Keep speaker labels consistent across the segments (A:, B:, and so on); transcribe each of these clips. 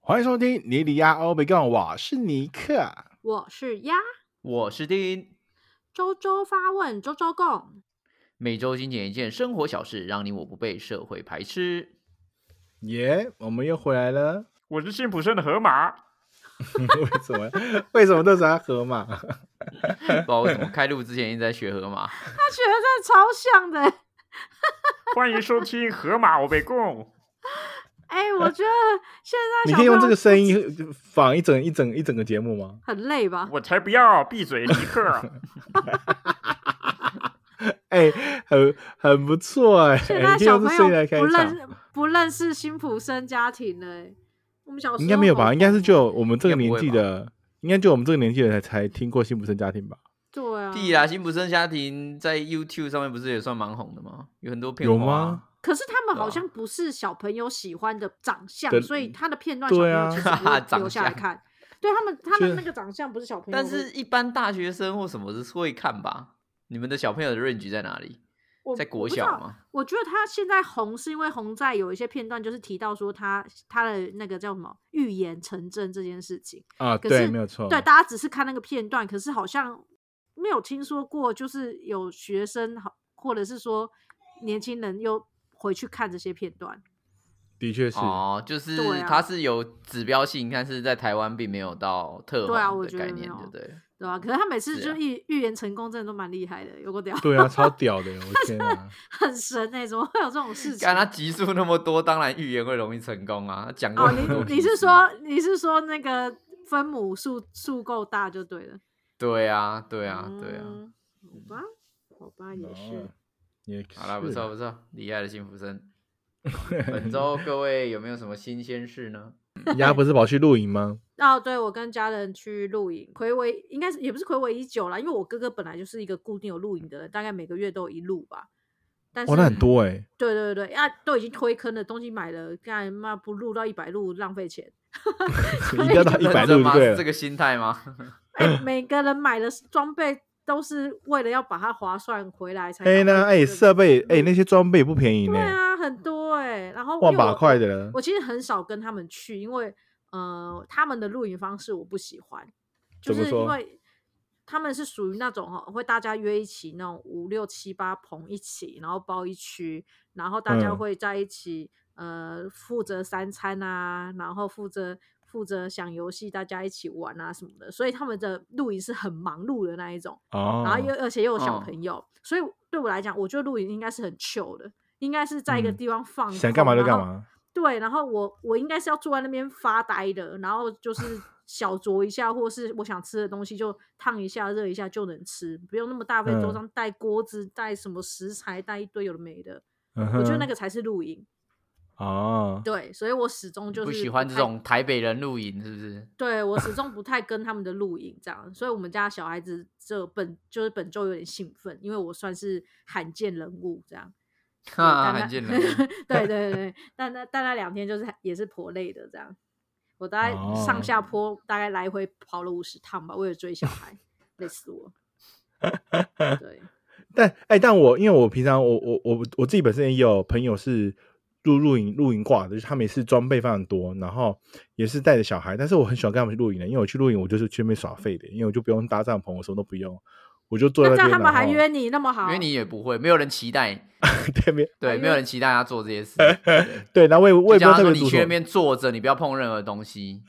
A: 欢迎收听尼里亚欧贝杠，我是尼克。
B: 我是鸭，
C: 我是丁，
B: 周周发问，周周共。
C: 每周精简一件生活小事，让你我不被社会 排斥。
A: 耶、我们又回来了。
D: 我是辛普森的河马，
A: 为什么？ 为什么都是他河马？
C: 不知道为什么开录之前一直在学河马，
B: 他觉得真的超像的、欸，
D: 欢迎收听《河马我被供》。
B: 哎、我觉得 现
A: 你
B: 在
A: 可
B: 小朋
A: 以
B: 友
A: 用这个声音仿一整一整一整个节目吗？
B: 很累吧？
D: 我才不要，闭嘴，尼克！
A: 哎、很很不错 哎、
B: 现
A: 你可
B: 在
A: 以
B: 小
A: 用这
B: 朋
A: 声音来
B: 友
A: 开
B: 不
A: 场。
B: 认不认识辛普森家庭了、欸，我们小时候
A: 应该没有吧？
B: 好
A: 应该是就我们这个
C: 应该
A: 年
C: 不会
A: 纪的，应该就我们这个年纪的人才才听过辛普森家庭吧？
B: 对啊，
C: 屁啦！辛普森家庭在 YouTube 上面不是也算蛮红的吗？有很多片
A: 有
C: 花
A: 吗？
B: 可是他们
C: 对啊
B: 好像不是小朋友喜欢的长
A: 的嗯
B: 相，所以他的片段小朋
A: 对啊
B: 友其实不 会留
C: 长
B: 下来
C: 相
B: 看。对他们，他
A: 就
B: 们那个长相不是小朋友会，
C: 但是，一般大学生或什么是会看吧？你们的小朋友的 range 在哪里？
B: 我
C: 在国
B: 我不
C: 小
B: 知道
C: 吗？
B: 我觉得他现在红是因为红在有一些片段，就是提到说他他的那个叫什么预言成真这件事情。
A: 啊，
B: 可
A: 对，
B: 是
A: 没有错。
C: 嗯
B: 对，大家只是看那个片段，可是好像没有听说过，就是有学生好，或者是说年轻人又回去看这些片段。
A: 的确是。
C: 哦，就是
B: 对啊
C: 它是有指标性，但是在台湾并没有到特
B: 对啊
C: 红
B: 我
C: 的
B: 觉得
C: 概
B: 没
C: 念，
B: 有
C: 对不对？
B: 对吧、可是他每次
C: 是
B: 就
C: 啊
B: 预、预言成功，真的都蛮厉害的，有个屌，
A: 对啊，超屌的，我天啊！
B: 很神哎、怎么会有这种事情
C: 看？他集数那么多，当然预言会容易成功啊。他讲过
B: 哦，
C: 很多
B: 你
C: 集
B: 你是
C: 数
B: 说你是说那个分母数数够大就对了？
C: 对啊，对啊，对啊。嗯
B: 嗯好吧，好吧， 也是
A: 哦。也
C: 好啦，不
A: 是
C: 错不错，厉害的幸福 生。本周各位有没有什么新鲜 事呢？
A: 鸭不是跑去露营吗？
B: 哦，对，我跟家人去露营，暌违应该是也不是暌违已久啦，因为我哥哥本来就是一个固定有露营的人，大概每个月都有一路吧。但是，
A: 哇，那很多哎、欸，
B: 对对对，啊，都已经推坑了，东西买了，干嘛不录到一百路浪 费钱？
A: 一定要 到一百
C: 认真
A: 路就
C: 吗？
A: 对
C: 是
A: 了
C: 这。个心 态吗？
B: 哎，每个人买的装备都是为了要把它划算回来才。
A: 哎那哎设备哎那些装备也不便宜呢
B: 对，啊，很多哎、然后
A: 万
B: 因为
A: 把
B: 我
A: 块的了
B: 我。其实很少跟他们去，因为呃，他们的露营方式我不喜欢，就
A: 怎么
B: 是
A: 说
B: 因为他们是属于那种哦，会大家约一起那种五六七八棚一起，然后包一区，然后大家
A: 嗯
B: 会在一起、呃负责三餐啊，然后负责。负责想游戏，大家一起玩啊什么的，所以他们的露营是很忙碌的那一种。
A: 哦，
B: 然后又而且又有小
C: 嗯
B: 朋友，所以对我来讲，我觉得露营应该是很 chill 的，应该是在一个
A: 嗯
B: 地方放、
A: 想干嘛就干。嘛。
B: 对，然后我我应该是要坐在那边发呆的，然后就是 小酌一下，或是我想吃的东西就烫一下、热一下就能吃，不用那么大费周
A: 嗯
B: 章带锅子、带什么食材、带一堆有的没的。
A: 我
B: 我
C: 嗯
B: 觉得那个才是露营。
A: 嗯哦，
B: 对，所以我始终就是
C: 不喜欢这
B: 太
C: 种台北人露营，是不是？
B: 对我始终不太跟他们的露营这样，所以我们家小孩子这本就是本周有点兴奋，因为我算是罕见人物这样。所以
C: 哈，
B: 大概
C: 罕 见人 物。
B: 对对对对，但那但那两天就是也是颇累的这样，我大概上
C: 哦
B: 下坡、大概来回跑了五十趟吧，为了追小孩，累死 我。对，
A: 但哎、但我因为我平常我我我我自己本身也有朋友是露露营露营挂的，就是他们也是装备非常多，然后也是带着小孩，但是我很喜欢跟他们去露营的，因为我去露营我就是去那边耍废的，因为我就不用搭帐篷，我什么都不用，我就坐
B: 那
A: 在
B: 这
A: 那边。
B: 样他们还
A: 然后
B: 约你那么好，
C: 因为哦你也不会，没有人期待，
A: 对面
B: 还
C: 对，
B: 约
C: 没有人期待他做这些事。对
A: 对，然后我也哎我也
C: 就
A: 不用
C: 叫他
A: 特别哎
C: 说你
A: 注
C: 去
A: 重
C: 那。边坐着，你不要碰任何东西。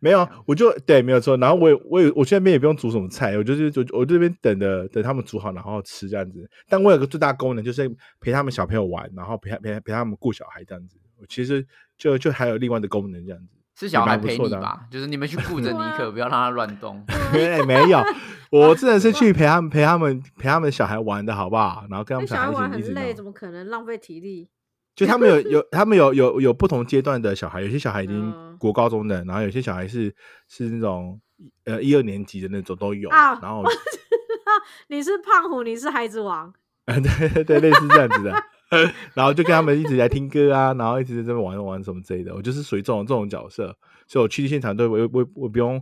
A: 没有，啊我就对，没有错。然后我也我也我去那边也不用煮什么菜，我就是就我这边等的等他们煮好，然后吃这样子。但我有个最大功能就是陪他们小朋友玩，然后陪他陪他陪他们顾小孩这样子。我其实就就还有另外的功能这样子。
C: 是小
A: 也
C: 孩
A: 蛮不
C: 陪
A: 错
C: 你
A: 的啊
C: 吧，就是你们去顾着
B: 对啊
C: 尼克，不要让他乱动。
A: 没没有，我真的是去陪他们陪他们陪他们小孩玩的好不好？然后跟他
B: 那
A: 们
B: 小孩玩
A: 孩一起一
B: 很
A: 直闹
B: 累，怎么可能浪费体力？
A: 就他们有有他们有有有不同阶段的小孩，有些小孩已经
B: 嗯
A: 国高中的，然后有些小孩是是那种呃一二年级的那种都有，
B: 啊
A: 然后。
B: 你是胖虎，你是孩子王，
A: 对对对，类似这样子的。 然后就跟他们一直在听歌啊， 然后一直在这边玩玩什么之类的。我就是属于这种这种角色，所以我去现场都我我我我不用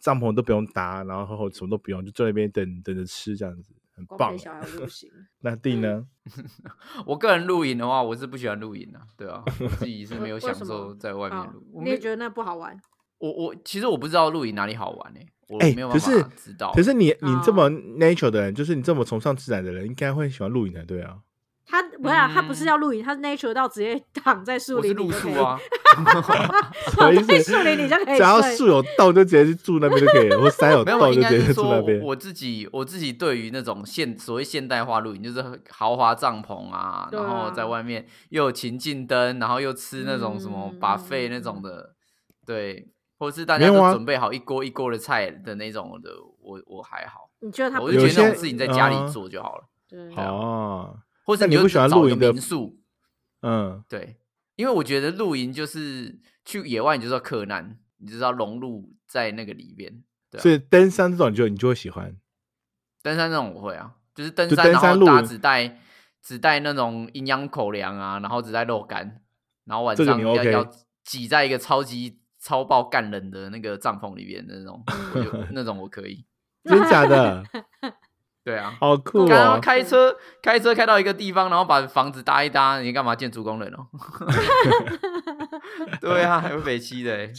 A: 帐篷都不用搭，然后什么都不用，就坐在那边等等着吃这样子，很
B: 光
A: 棒啊
B: 陪。小孩我嗯就不行。
A: 那弟呢？
C: 我个人露营的话，我是不喜欢露营的、对啊，我自己是没有
B: 为什
C: 享
B: 么
C: 受在外面
A: 哦
B: 啊
C: 露。，我
B: 你也
C: 没
B: 觉得那不好玩？
C: 我我其实我不知道露营哪里好玩呢、欸我
A: 哎
C: 没有
A: 可
C: 办
A: 是
C: 法知道。
A: 可是你你这
B: 哦
A: 么 nature 的人，就是你这么崇尚自然的人，应该会喜欢露营的，对 啊。
B: 他不是啊，他不
C: 嗯
B: 是要露营，他是 nature 到直接躺在树
C: 我是
B: 林里
C: 露
B: 就可
C: 宿
B: 以，
C: 啊，
A: 我的
B: 躺
A: 意思
B: 在树林里就可以
A: 只要
B: 睡。
A: 树有洞就直接去住那边就可以了，或山有
C: 没有嘛，
A: 洞
C: 应
A: 就
C: 该
A: 直
C: 是
A: 接住
C: 说
A: 那
C: 我
A: 边。
C: 我自己我自己对于那种现所谓现代化露营，就是豪华帐篷啊，
B: 对
C: 然后
B: 啊
C: 在外面又有情境灯，然后又吃那种什么
B: 嗯
C: buffet 那种的，对，或是大家
A: 没
C: 都
A: 有啊
C: 准备好一锅一锅的菜的那种的，我我还好，
B: 你觉得他
C: 我
B: 不
C: 就
A: 有
C: 觉得那
A: 些
C: 种事情在家
A: 啊
C: 里做就好了，
B: 对
A: 哦，
C: 或是
A: 那你
C: 就
A: 不喜欢
C: 找
A: 露
C: 一个
A: 营的
C: 民宿，
A: 嗯，
C: 对，因为我觉得露营就是去野外，你就是要克难，你就是要融入在那个里边。对啊
A: 所以登山这种你就你就会喜 欢。
C: 登山那种我会啊，就是登
A: 就
C: 山，
A: 登山
C: 然
A: 露
C: 后大家
A: 营
C: 只带只带那种营养口粮啊，然后只带肉干，然后晚
A: 这
C: 上
A: 个
C: 要、
A: 你 OK
C: 要挤在一个超级超爆干人的那个帐篷里面的那种，我就那种我可以。
A: 真假的，
C: 对啊，
A: 好酷
C: 刚刚
A: 哦！
C: 开车开车开到一个地方，然后把房子搭一搭，你干嘛建筑工人哦？ 对啊，还有北七的、欸，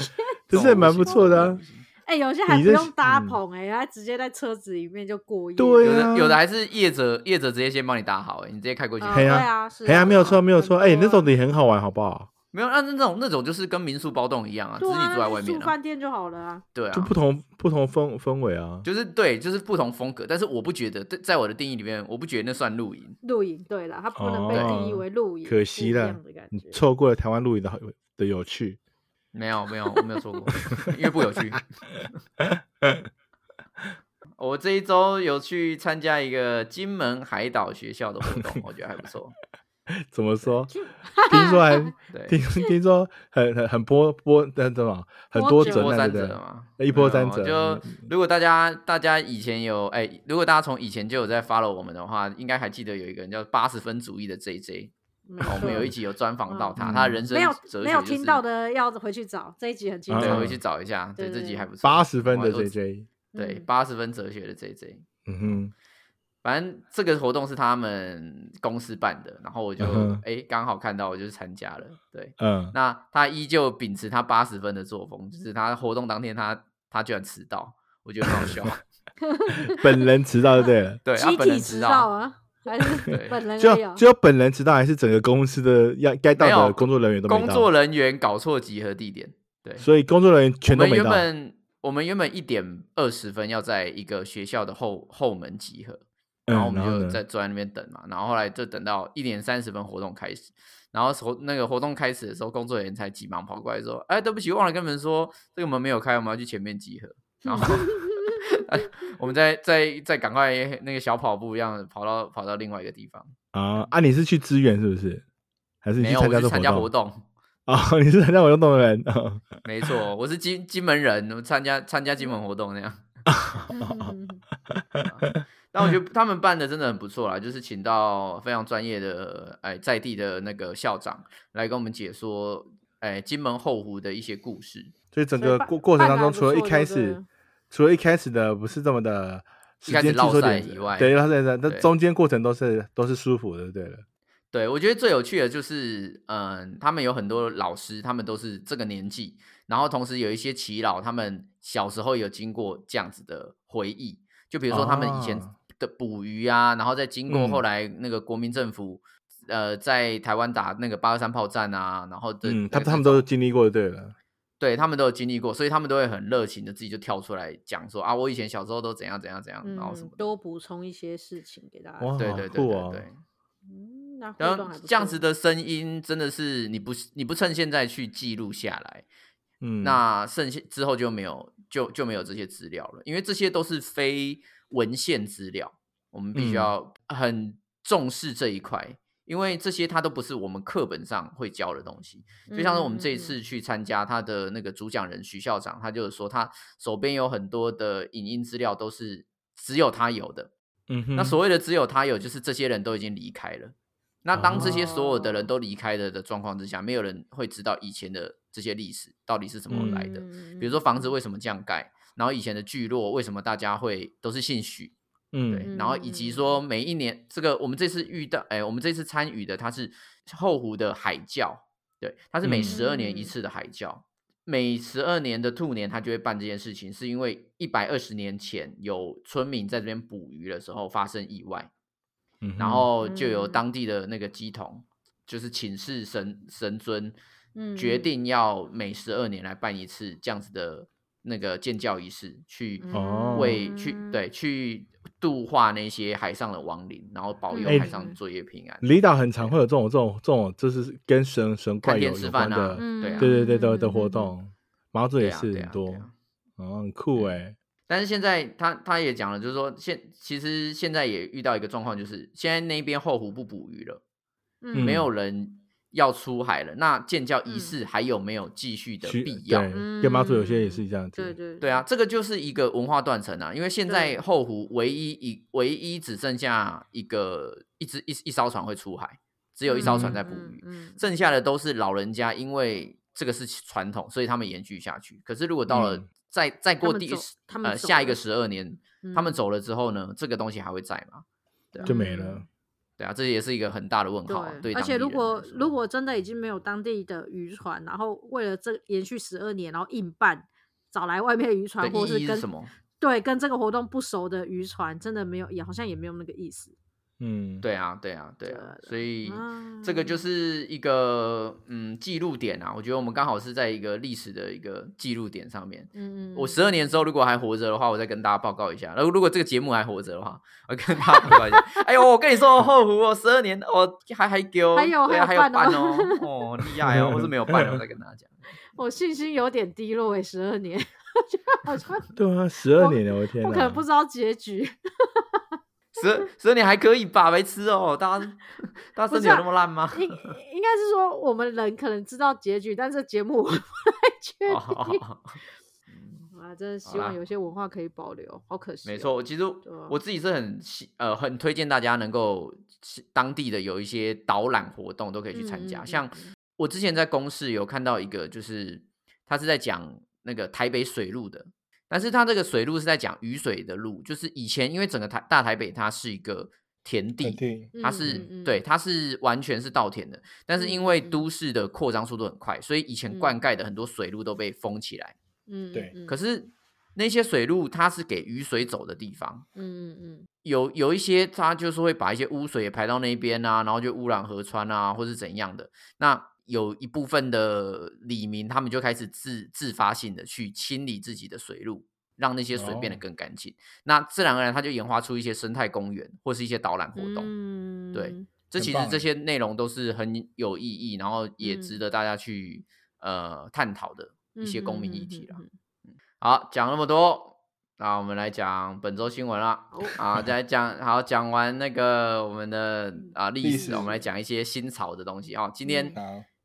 A: 这是蛮不错的啊
B: 哎、有些还
A: 你
B: 不
A: 这
B: 用搭
A: 嗯
B: 棚、哎、他直接在车子里面就过夜。
A: 对
C: 有
A: 啊
C: 的有的还是业者业者直接先帮你搭好、欸，你直接开过去。
B: 啊
A: 嘿
B: 对
A: 啊
B: 啊，是
A: 哎呀，没有错，没有
B: 很
A: 错。哎，
B: 多
A: 那
B: 啊
A: 种的也很好玩，好不好？
C: 没有，那那种那种就是跟民宿包栋一样啊，只
B: 对
C: 是
B: 啊，
C: 你住在
B: 那
C: 外
B: 就
C: 面
B: 住
C: 啊。
B: 饭店就好了啊。
C: 对
A: 就
C: 啊
A: 不，同不同氛氛围啊。
C: 就是对，就是不同风格，但是我不觉得，在在我的定义里面，我不觉得那算露营。
B: 露营，对了，它不能被定义
A: 哦
B: 为露营，
A: 可惜
B: 了
A: 了，你错过了台湾露营的好的有趣。
C: 没有没有，我没有做过，因为不有趣。我这一周有去参加一个金门海岛学校的活动，我觉得还不错。
A: 怎么说？听说 还听
C: 对，
A: 听说很很很波波那什么很多
B: 波
A: 折
C: 一波
A: 呢，
C: 三
A: 对不
C: 折
A: 对？
C: 嘛，
A: 一波
C: 没有
A: 三折嗯
C: 就如果大家大家以前有哎、如果大家从以前就有在 follow 我们的话，应该还记得有一个人叫八十分主义的 J J，
B: 没
C: 哦我们有一
B: 错
C: 集有专访到他，
A: 嗯
C: 他的人生
B: 没有
C: 哲学
B: 没有
C: 就是
B: 听到的，要回去找这一集很精
A: 啊
C: 对，
B: 彩。
C: 回去找一下，对，
B: 对
C: 这
B: 对
C: 集
B: 对
C: 还不错，
A: 八十分
C: 我
A: 的
C: 我
A: JJ，
C: 对，
B: 嗯
C: 八十分哲学的 JJ。
A: 嗯哼，
C: 反正这个活动是他们公司办的，然后我就
A: 嗯哼
C: 哎刚、好看到，我就去参加了。对，
A: 嗯，
C: 那他依旧秉持他八十分的作风，就是他活动当天他他居然迟到，我觉得很好 笑。
A: 本人迟到就对 了。
C: 对，他
B: 集
C: 本人
B: 体
C: 迟
B: 迟
C: 到，
B: 啊，还
C: 对
B: 是本人
A: 只
B: 也
A: 有
B: 有
A: 只有本人迟到，还是整个公司的要该
C: 没
A: 到
C: 有
A: 的工作人员都没
C: 工作
A: 到，
C: 人员搞错集合地点。对，
A: 所以工作人员全都
C: 我们
A: 没
C: 原
A: 到。
C: 本我们原本一点二十分要在一个学校的后后门集合，
A: 嗯，
C: 哦然后我们就
A: 呢
C: 在坐在那边等嘛，然后后来就等到一点三十分活动开始，然后活那个活动开始的时候，工作人员才急忙跑过来说：“哎，对不起，忘了跟你们说，这个门没有开，我们要去前面集合。”然后哎我们再再再赶快那个小跑步一样跑到跑到另外一个地方，
A: 啊啊，你是去支援是不是？还是你
C: 没
A: 去
C: 有，我
A: 参加
C: 去
A: 这
C: 参加活
A: 活动？
C: 动，
A: 哦，你是参加活动的人。哦
C: 没错，我是金金门人，我参加参加金门活动那样。
B: 嗯
C: 但我觉得他们办的真的很不错啦，就是请到非常专业的哎在地的那个校长来跟我们解说哎金门后湖的一些故事。
A: 所以整
B: 所以
A: 个
B: 办
A: 过过程
B: 办
A: 当中，
B: 得还
A: 除了
B: 不
A: 一
B: 错
A: 开
B: 就对
A: 始
B: 了，
A: 除了一开始的不是这么的时
C: 一开始
A: 间
C: 绕
A: 计缩
C: 赛
A: 点
C: 以外
A: 对，绕赛在，但
C: 对
A: 中间过程都是都是舒服的，就对了。
C: 对我觉得最有趣的就是，嗯，他们有很多老师，他们都是这个年纪，然后同时有一些耆老，他们小时候有经过这样子的回忆，就比如说他们以前
A: 啊
C: 的捕鱼啊，然后再经过
A: 嗯
C: 后来那个国民政府。呃，在台湾打那个八二三炮战啊，然后的、
A: 嗯，他
C: 的
A: 他
C: 这
A: 们都
C: 种
A: 是经历过的，对了。
C: 对他们都有经历过，所以他们都会很热情的自己就跳出来讲说啊，我以前小时候都怎样怎样怎样，然后什
B: 嗯
C: 么，的。
B: 多补充一些事情给大
A: 哇
B: 家。
C: 对
A: 好
C: 对对
A: 酷
C: 对
A: 哦
C: 对。
B: 嗯，那
C: 然
B: 互动
C: 后
B: 还不
C: 这样子
B: 错，啊
C: 的声音真的是你不是你不趁现在去记录下来，
A: 嗯，
C: 那剩下之后就没有就就没有这些资料了，因为这些都是非文献资料，我们必须
A: 嗯
C: 要很重视这一块，因为这些它都不是我们课本上会教的东西。就像是我们这一
B: 嗯
C: 次去参加他的那个主讲人徐校长，他就是说他手边有很多的影音资料都是只有他有的。
A: 嗯哼，
C: 那所谓的只有他有，就是这些人都已经离开了。那当这些所有的人都离开了的状况之下，没有人会知道以前的这些历史到底是怎么
B: 嗯
C: 来的。比如说房子为什么这样盖，然后以前的聚落为什么大家会都是姓许，
A: 嗯
C: 对，然后以
B: 嗯
C: 及说每一年这个我们这次遇到，哎，我们这次参与的它是后湖的海教，对，它是每
A: 嗯
C: 十二年一
B: 嗯
C: 次的海教，每十二年的兔年它就会办这件事情，是因为一百二十年前有村民在这边捕鱼的时候发生意外，
A: 嗯哼，
C: 然后就由
B: 嗯
C: 当地的那个鸡童，就是请示神神尊，
B: 嗯
C: 决定要每十二年来办一次这样子的那个建教仪式，去
A: 哦
C: 为去
B: 嗯
C: 对去度化那些海上的亡灵，然后保佑
A: 嗯
C: 海上作业平安。
A: 离岛很常会有这种这种这种，就是跟神神怪
C: 看天
A: 有
C: 吃
A: 有关
C: 饭
A: 的
C: 啊，，对啊，
A: 对对对
B: 嗯
A: 的
B: 嗯
A: 的活
B: 嗯
A: 动，毛主
C: 对
A: 也
C: 啊，
A: 是
C: 对
A: 很
C: 啊，
A: 多
C: 对，啊。
A: 哦，很酷
C: 对
A: 哎，
C: 但是现在他他也讲了，就是说现其实现在也遇到一个状况，就是现在那边后湖不捕鱼了，
B: 嗯
C: 没有人要出海了，那建教仪
B: 嗯
C: 式还有没有继续的
A: 需
C: 必要？
A: 对，跟毛主有些也是这样子，
B: 对对
C: 对啊，，这个就是一个文化断层啊，因为现在
B: 对
C: 后湖唯一一唯一只剩下一个一只一一艘船会出海，只有一艘船在捕鱼，
B: 嗯，
C: 剩下的都是老人家，因为这个是传统，所以他们延续下去。可是如果到了、
A: 嗯
C: 再再过
B: 他们
C: 第
B: 走
C: 十
B: 他们
C: 呃
B: 走
C: 下一个
B: 了
C: 十二年，
B: 嗯
C: 他们走了之后呢，这个东西还会在吗？
A: 就没了。
C: 对啊，这也是一个很大的问号啊、对
B: 而
C: 当地
B: 且
C: 人
B: 如
C: 来说，
B: 果如果真的已经没有当地的渔船，然后为了这延续十二年，然后硬办找来外面的渔船，或
C: 的意义
B: 跟
C: 是什么？
B: 对跟这个活动不熟的渔船，真的没有，也好像也没有那个意思。
A: 嗯，
C: 对啊，对啊，对啊，
B: 对嗯
C: 所以这个就是一个嗯记录点啊，我觉得我们刚好是在一个历史的一个记录点上面。
B: 嗯嗯，
C: 我十二年之后如果还活着的话，我再跟大家报告一下。然后如果这个节目还活着的话，我跟大家报告一下。 哎呦，我跟你说，后湖哦，十二年哦，还还给哦，
B: 还有
C: 对啊
B: 还
C: 还
B: 有
C: 有
B: 办
C: 办
B: 哦
C: 哦，哦，厉害哦，我是没有办的，我再跟大家讲。
B: 我信心有点低落诶，十二年，觉得好像
A: 对啊，十二
B: 我
A: 年了，我的天
B: 我可
A: 哪
B: 能不，知道结局。
C: 十十二年还可以吧，白痴哦，大家大家
B: 不
C: 身
B: 是
C: 体
B: 啊
C: 有那么烂吗？
B: 应应该是说我们人可能知道结局，但是节目我不太确定。
C: 哦
B: 啊，真的希
C: 好啦
B: 望有些文化可以保留，好可惜、
C: 没，错，其实
B: 对啊
C: 我自己是很希呃很推荐大家能够去当地的有一些导览活动都可以去参
B: 嗯
C: 加。
B: 嗯嗯
C: 像我之前在公视有看到一个，就是他是在讲那个台北水路的，但是他这个水路是在讲雨水的路，就是以前因为整个台大台北它是一个田地，
A: 对，
C: 它是、
B: 嗯嗯
C: 对，它是完全是稻田的，但是因为都市的扩张速度很快，所以以前
B: 嗯
C: 灌溉的很多水路都被封起来。
B: 嗯，
A: 对
B: 嗯
C: 可，是那些水路它是给雨水走的地方，
B: 嗯嗯
C: 有有一些它就是会把一些污水也排到那边啊，然后就污染河川啊，或是怎样的。那有一部分的里民，他们就开始自自发性的去清理自己的水路，让那些水变得
A: 哦
C: 更干净。那自然而然，它就研发出一些生态公园或是一些导览活
B: 嗯，
C: 动。
B: 嗯
C: 对这
A: 很
C: 其实
A: 棒欸
C: 这些内容都是很有意义，然后也值
B: 嗯
C: 得大家去、呃探讨的一些公民议题啦。。
B: 嗯嗯嗯嗯嗯
C: 好，讲那么多，那我们来讲本周新闻啦。 啊，再来讲，好，讲完那个我们的啊历
A: 历
C: 史，我们
A: 史嗯
C: 来讲一些新潮的东西啊、哦。今天
A: 好，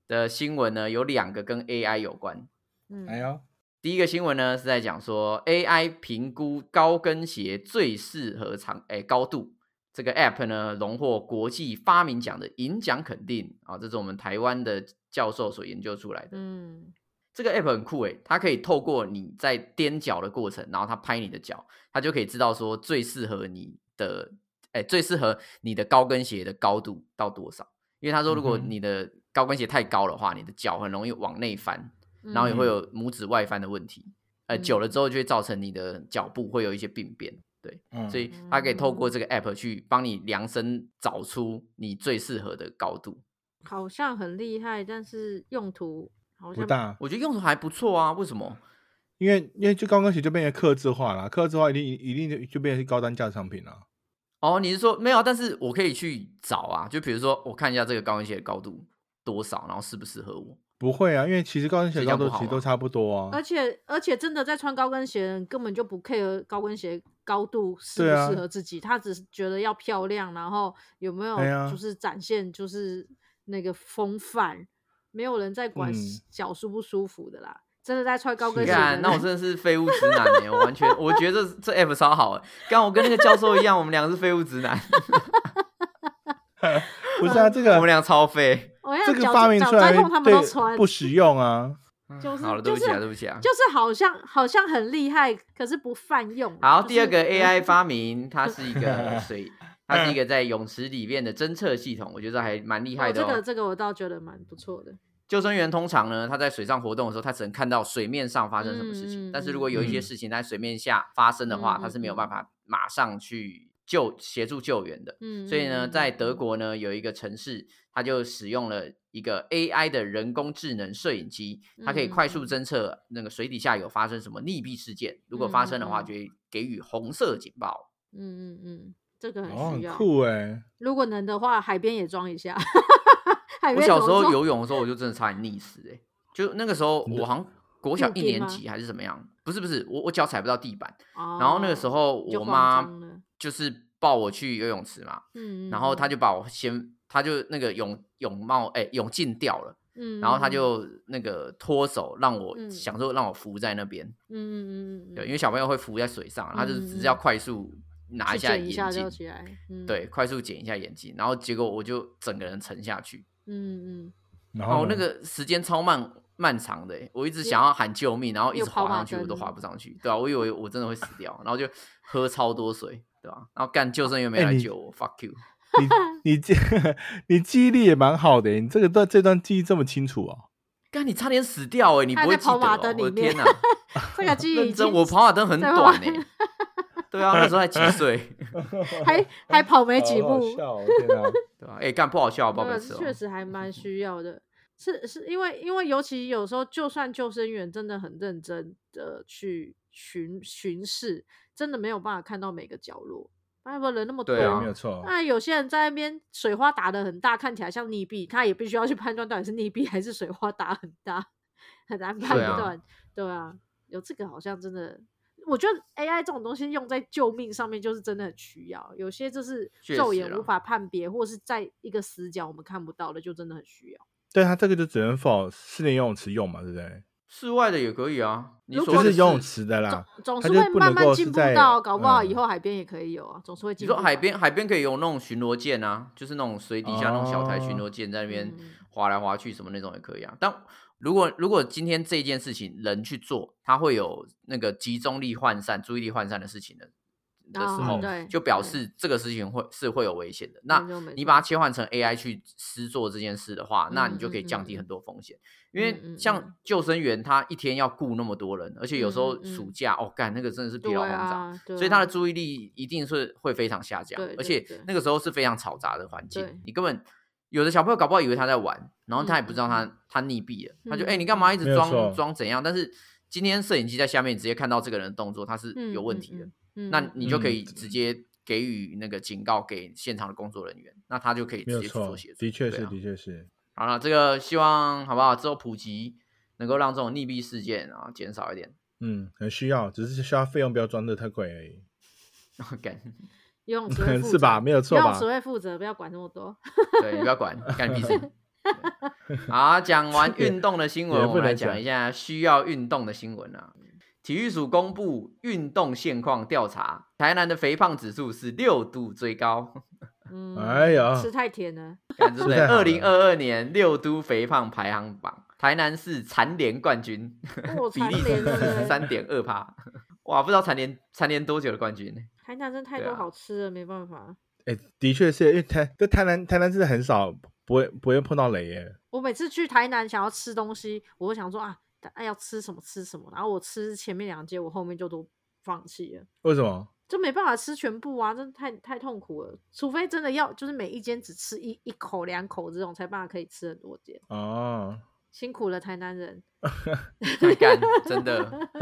C: 的新闻呢，有两个跟 AI 有关。
B: 嗯
A: 来哦，
C: 第一个新闻呢是在讲说 AI 评估高跟鞋最适合长诶高度。这个 App 呢荣获国际发明奖的银奖肯定啊，这是我们台湾的教授所研究出来的。
B: 嗯
C: 这个 app 很酷诶，它可以透过你在踮脚的过程，然后它拍你的脚，它就可以知道说最适合你的，诶，最适合你的高跟鞋的高度到多少。因为他说，如果
A: 嗯哼
C: 你的高跟鞋太高的话，你的脚很容易往内翻，
B: 嗯
C: 然后也会有拇指外翻的问题。呃，
B: 嗯
C: 久了之后就会造成你的脚步会有一些病变。对，
A: 嗯
C: 所以它可以透过这个 app 去帮你量身找出你最适合的高度。
B: 好像很厉害，但是用途好像
A: 不大，
C: 我觉得用途还不错啊，为什么？
A: 因为因为就高跟鞋就变成客制化啦，客制化一定一定就就变成高单价的商品啦。
C: 哦，你是说没有啊？但是我可以去找啊，就比如说我看一下这个高跟鞋的高度多少，然后适不适合我。
A: 不会啊，因为其实高跟鞋
C: 这
A: 高
C: 样不
A: 度
C: 好
A: 其实都
C: 吗
A: 差不多
C: 哦
A: 啊
B: 而。且而且真的在穿高跟鞋的人根本就不 care 高跟鞋高度适
A: 对
B: 不
A: 啊
B: 适合自己，他只是觉得要漂亮，然后有没有
A: 哎呀
B: 就是展现就是那个风范，没有人在管
A: 嗯
B: 脚舒不舒服的啦。真的在穿高跟
A: 是
B: 鞋
A: 啊
B: 的
C: 干，
B: 人，
C: 那我真的是废物直男哎、我完全，我觉得这这 app 超好哎、干，我跟那个教授一样，我们两个是废物直男，
A: 不是啊，这
C: 我
A: 个
C: 们俩超废。
B: 我要
A: 啊这个
B: 脚
A: 发明
B: 脚
A: 出来
B: 再痛他们都穿
A: 对不实用啊。
B: 就是
C: 好了，对
B: 就
C: 不
B: 是
C: 起啊，对不起啊。
B: 就是好像好像很厉害，可是不泛用。
C: 好，
B: 就
C: 第二
B: 是嗯
C: 个 AI 发明，它是一个 水，它是一个在泳池里面的侦测系统，我觉得还蛮厉害
B: 哦，
C: 的、
B: 这
C: 哦。
B: 个这个我倒觉得蛮不错的。
C: 救生员通常呢，他在水上活动的时候，他只能看到水面上发生什么事
B: 嗯
C: 情，
B: 嗯
C: 但是如果有一些
A: 嗯
C: 事情在水面下发生的话，
B: 嗯嗯
C: 他是没有
B: 嗯
C: 办法马上去救协助救援的。
B: 嗯，
C: 所以呢，
B: 嗯
C: 在德，国呢有一个城市，它就使用了一个 AI 的人工智能摄影机，它可以
B: 嗯
C: 快速
B: 嗯
C: 侦测那个水底下有发生什么溺毙事件，如果发生的
B: 嗯嗯
C: 话，
B: 嗯
C: 就会给予红色警报。
B: 嗯嗯嗯，这个
A: 哦，
B: 很
A: 很
B: 需要。
A: 酷哎，
B: 如果能的话，海边也装一下。海
C: 我
B: 边
C: 小
B: 怎
C: 时
B: 么
C: 候
B: 装，
C: 游泳的时候，我就真的差点溺死哎、就那个时候
A: 真的
C: 我好像国小
B: 入
C: 一
B: 境
C: 年
B: 吗
C: 级还是怎么样，不是不是，我我脚踩不到地板，
B: 哦
C: 然后那个时候
B: 就
C: 我
B: 慌
C: 妈
B: 张了
C: 就是抱我去游泳池嘛，
B: 嗯，嗯
C: 然后她
B: 嗯
C: 就把我先，她就那个泳泳帽哎、泳镜掉了。
B: 嗯，
C: 然后他
B: 嗯
C: 就那个脱手让我、
B: 嗯
C: 想说让我浮在那边，
B: 嗯嗯嗯嗯，
C: 对，因
B: 为
C: 为小朋友会浮在水上，他就只是
B: 嗯
C: 要
B: 嗯嗯
C: 快速拿
B: 一
C: 下
B: 一
C: 眼
B: 下
C: 镜
B: 就，起来，嗯，
C: 对，快速捡一下眼镜，然后结果我就整个人沉下去，
B: 嗯，嗯
A: 然
C: 哦
A: 后，
C: 那
A: 呢
C: 个时间超漫漫长的欸，我一直
B: 又
C: 想要喊救命，然后一
B: 又
C: 直
B: 跑
C: 滑
B: 马
C: 上去，我都
B: 灯
C: 滑不上去，对啊，我以为我真的会死掉，然后就喝超多水，对吧、然后干救生员没
A: 哎
C: 来
A: 你
C: 救我，fuck you，
A: 你你记 你记忆力也蛮好的欸，你这个段这段记忆这么清楚哦。
C: 干你差点死掉哎，你
B: 他
C: 不会
B: 在
C: 记得、
B: 跑
C: 哦
B: 马灯，里
C: 我的
B: 面
C: 天哪、
B: 嗯，这个记忆
C: 认
B: 已
C: 真，
B: 经
C: 我跑马灯很
B: 在跑
C: 短呢、欸对啊，那时候才几岁，
B: 还还跑没几
A: 好好
B: 步，
A: 笑哦天啊
C: 对吧、啊？哎、干不好笑，不好
B: 对
C: 意思、哦。
B: 确实还蛮需要的。是是因为因为尤其有时候，就算救生员真的很认真的去巡巡视，真的没有办法看到每个角落。哎不，人那么多，
C: 对啊
A: 对，没有错。
B: 那有些人在那边水花打得很大，看起来像溺毙，他也必须要去判断到底是溺毙还是水花打很大，很难判
C: 对啊
B: 断。对啊，有这个好像真的，我觉得 AI 这种东西用在救命上面就是真的很需要，有些就是
C: 确
B: 肉
C: 实啊
B: 眼
C: 啦
B: 无法判别，或是在一个死角我们看不到的，就真的很需要。
A: 对它这个就只能否室内游泳池用嘛，对不对？
C: 室外的也可以啊，你
B: 如
C: 说
B: 果
A: 就是
C: 的
A: 游泳，池的啦，
B: 总
A: 它
B: 是
A: 就
B: 会
A: 不
B: 慢
A: 能
B: 慢
A: 够
B: 进
A: 是
B: 步
A: 在
B: 到，搞不好以
A: 嗯
B: 后海边也可以有啊，总是会
C: 你
B: 进步
C: 说
B: 嘛。
C: 海边海边可以有那种巡逻舰啊，就是那种水底下那种小台巡逻舰在那边
B: 嗯
C: 划来划去什么那种也可以啊。但如果如果今天这件事情人去做，他会有那个集中力涣散、注意力涣散的事情的的时
B: 哦
C: 候，
B: 对
C: 就表
B: 对嗯
C: 示这个事情会是会有危险的。
B: 没
C: 那
B: 错没
C: 你
B: 错
C: 把它切换成 AI 去施做这件事的话，那你就可以
B: 嗯嗯
C: 降低
B: 嗯
C: 很多风险。
B: 嗯
C: 因为
B: 嗯
C: 像
B: 嗯
C: 救生员，他一天要雇那么多人，而且有时候
B: 嗯嗯嗯
C: 暑假哦，干那个真的是疲
B: 对
C: 劳轰炸，
B: 啊，对
C: 所以他
B: 啊
C: 的注意力一定是会非常下降
B: 对，
C: 而
B: 对
C: 且
B: 对
C: 那个时候是非常嘈杂的环
B: 对
C: 境，你根本有的小朋友搞不好以为他在玩，然后他也
B: 嗯
C: 不知道他他溺毙了，他就
B: 嗯
C: 哎你干嘛一直
A: 没有错
C: 装装怎样？但是今天摄影机在下面，你直接看到这个人的动作，他是
B: 嗯
C: 有问
B: 嗯
C: 题的
B: 嗯，嗯
C: 那
B: 嗯
C: 你就可
A: 嗯
C: 以直接给予那个警告给现场的工作人员，那他就可以
A: 没
C: 直
A: 有
C: 接去
A: 错
C: 做协，助。
A: 的确
C: 对
A: 是，
C: 啊
A: 的确是。
C: 好了，这个希望好不好？之后普及能够让这种溺毙事件啊减少一点。
A: 嗯，很需要，只是需要费用不要装的太贵而已。
C: 干，
B: 游泳池 会负
A: 是吧
B: 责
A: 没有错
B: 游
A: 吧
B: 泳池会负责，不要管那么多。
C: 对你不要管，干屁事。对好，讲完
A: 这个
C: 运动的新
A: 也
C: 闻，
A: 不
C: 我们来
A: 能
C: 讲
A: 讲
C: 一下需要运动的新闻啊。体育署公布运动现况调查，台南的肥胖指数是六度最高。
B: 嗯，
A: 哎呀
B: 吃太甜 了，
C: 看真的，
A: 太好
C: 二
A: 了
C: 零二二年六都肥胖排行榜，台南市蝉联冠军，
B: 哦
C: 比例
B: 蝉联对不
C: 是
B: 对
C: 三点二趴。哇，不知道蝉联蝉联多久的冠军呢？
B: 台南真的太
C: 对
B: 多
C: 啊
B: 好吃了，没办法。
A: 哎，的确是因为台在台南，台南是很少不会不会碰到雷耶。
B: 我每次去台南想要吃东西，我会想说啊，哎要吃什么吃什么，然后我吃前面两间，我后面就都放弃了。
A: 为什么？
B: 就没办法吃全部啊，真的太太痛苦了。除非真的要，就是每一间只吃一一口、两口这种，才办法可以吃很多间。
A: 哦，
B: 辛苦了，台南人。
C: 干，真的，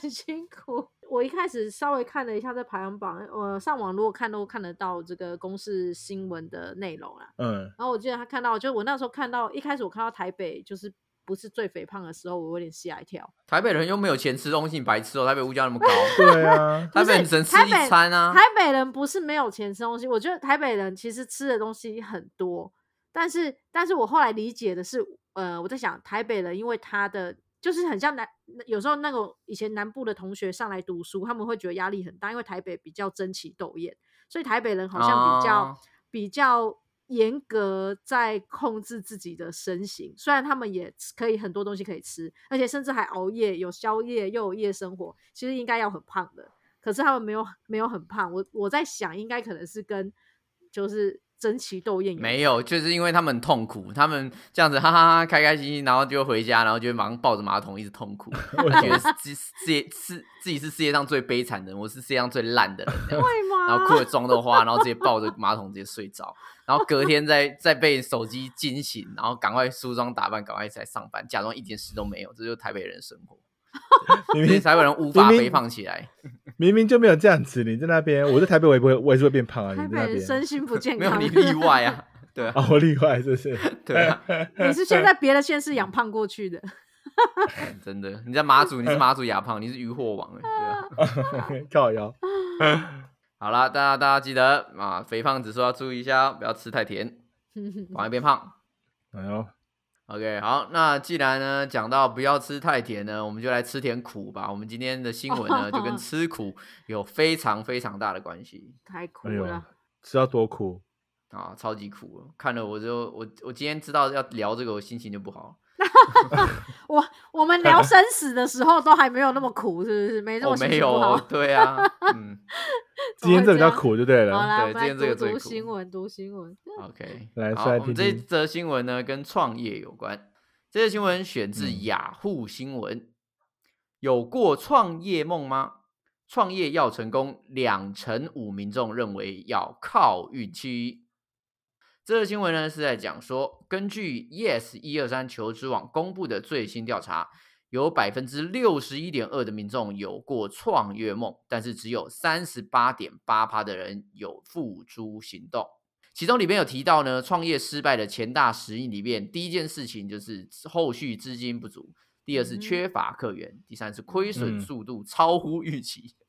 B: 很辛苦。我一开始稍微看了一下这排行榜，我上网如果看都看得到这个公示新闻的内容啦。
A: 嗯，
B: 然后我记得他看到，就我那时候看到，一开始我看到台北就是不是最肥胖的时候，我有点吓一跳。
C: 台北人又没有钱吃东西，你白痴哦、台北物价那么高，，
A: 对啊
B: 不
C: 台
B: 是
C: 北人只能吃
B: 台
C: 一
B: 北
C: 餐啊
B: 台。北人不是没有钱吃东西，我觉得台北人其实吃的东西很多，但是但是我后来理解的是，呃，我在想台北人因为他的就是很像南，有时候那种以前南部的同学上来读书，他们会觉得压力很大，因为台北比较争奇斗艳，所以台北人好像比较、
C: 哦
B: 比较严格在控制自己的身形，虽然他们也吃可以很多东西可以吃，而且甚至还熬夜，有宵夜又有夜生活，其实应该要很胖的，可是他们没有没有很胖。我我在想，应该可能是跟就是争奇斗艳有
C: 没有，就是因为他们很痛苦，他们这样子哈哈哈开开心心，然后就回家，然后就马上抱着马桶一直痛苦，
A: 为
C: 觉得自世界是自己是世界上最悲惨的人，我是世界上最烂的人，这样子
B: 会吗？
C: 然后裤子妆都花，然后直接抱着马桶直接睡着，然后隔天再再被手机惊醒，然后赶快梳妆打扮，赶快再上班，假装一件事都没有，这就是台北人的生活，
A: 明
C: 所以
A: 明
C: 台北人无法
A: 明明
C: 肥胖起来。
A: 明明就没有这样子，你在那边，我在台北我也不会，我也是会变胖啊，你
B: 台
A: 在
B: 北
A: 那
B: 人
A: 边
B: 身心 不健
C: 没有
B: 康，
C: 你例外啊， 对啊，
A: 啊，我例外是不是？
C: 对啊，
B: 你是先在别的县市养胖过去的。
C: 真的，你在马祖，你是马祖亚胖，你是渔获王哎，对啊。
A: 靠腰，
C: 好啦，大家大家记得啊，肥胖指数要注意一下哦，不要吃太甜，
B: 嗯
C: 往外变胖。
A: 哎呦，
C: OK，好，那既然呢讲到不要吃太甜呢，我们就来吃点苦吧。我们今天的新 闻呢，就跟吃苦有非常非常大的关系
B: 太 苦
A: 哎呦
B: 了，，
A: 吃到多苦，
C: 啊，超级苦了。看了我就我我今天知道要聊这个，我心情就不好。
B: 我我们聊生死的时候都还没有那么苦，是不是？没这
C: 我、
B: 么
C: 哦、
B: 心
C: 没
B: 情
C: 有
B: 不好。
C: 哦，对啊，嗯
B: 怎
A: 今
B: 么
A: 天
B: 会
A: 这比较
B: 样。哦
A: 苦就对
B: 好
A: 了。
B: 啦，
C: 对
B: 我们
C: 今
B: 来
C: 天这个
B: 读
C: 最
B: 读
C: 苦哦
B: 新闻，读新闻。
C: ，OK，
A: 来
C: 好
A: 再来，
C: 我们
A: 听
C: 这
A: 听
C: 则新闻呢跟创业有关。这则新闻选自
A: 嗯
C: 雅虎新闻，有过创业梦吗？创业要成功，两成五民众认为要靠运气。这则新闻呢是在讲说，根据 Yes 一二三求职网公布的最新调查，有百分之六十一点二的民众有过创业梦，但是只有三十八点八趴的人有付诸行动。其中里面有提到呢，创业失败的前大十印里面，第一件事情就是后续资金不足，第二是
B: 嗯
C: 缺乏客源，第三是亏损
A: 嗯
C: 速度超乎预 期。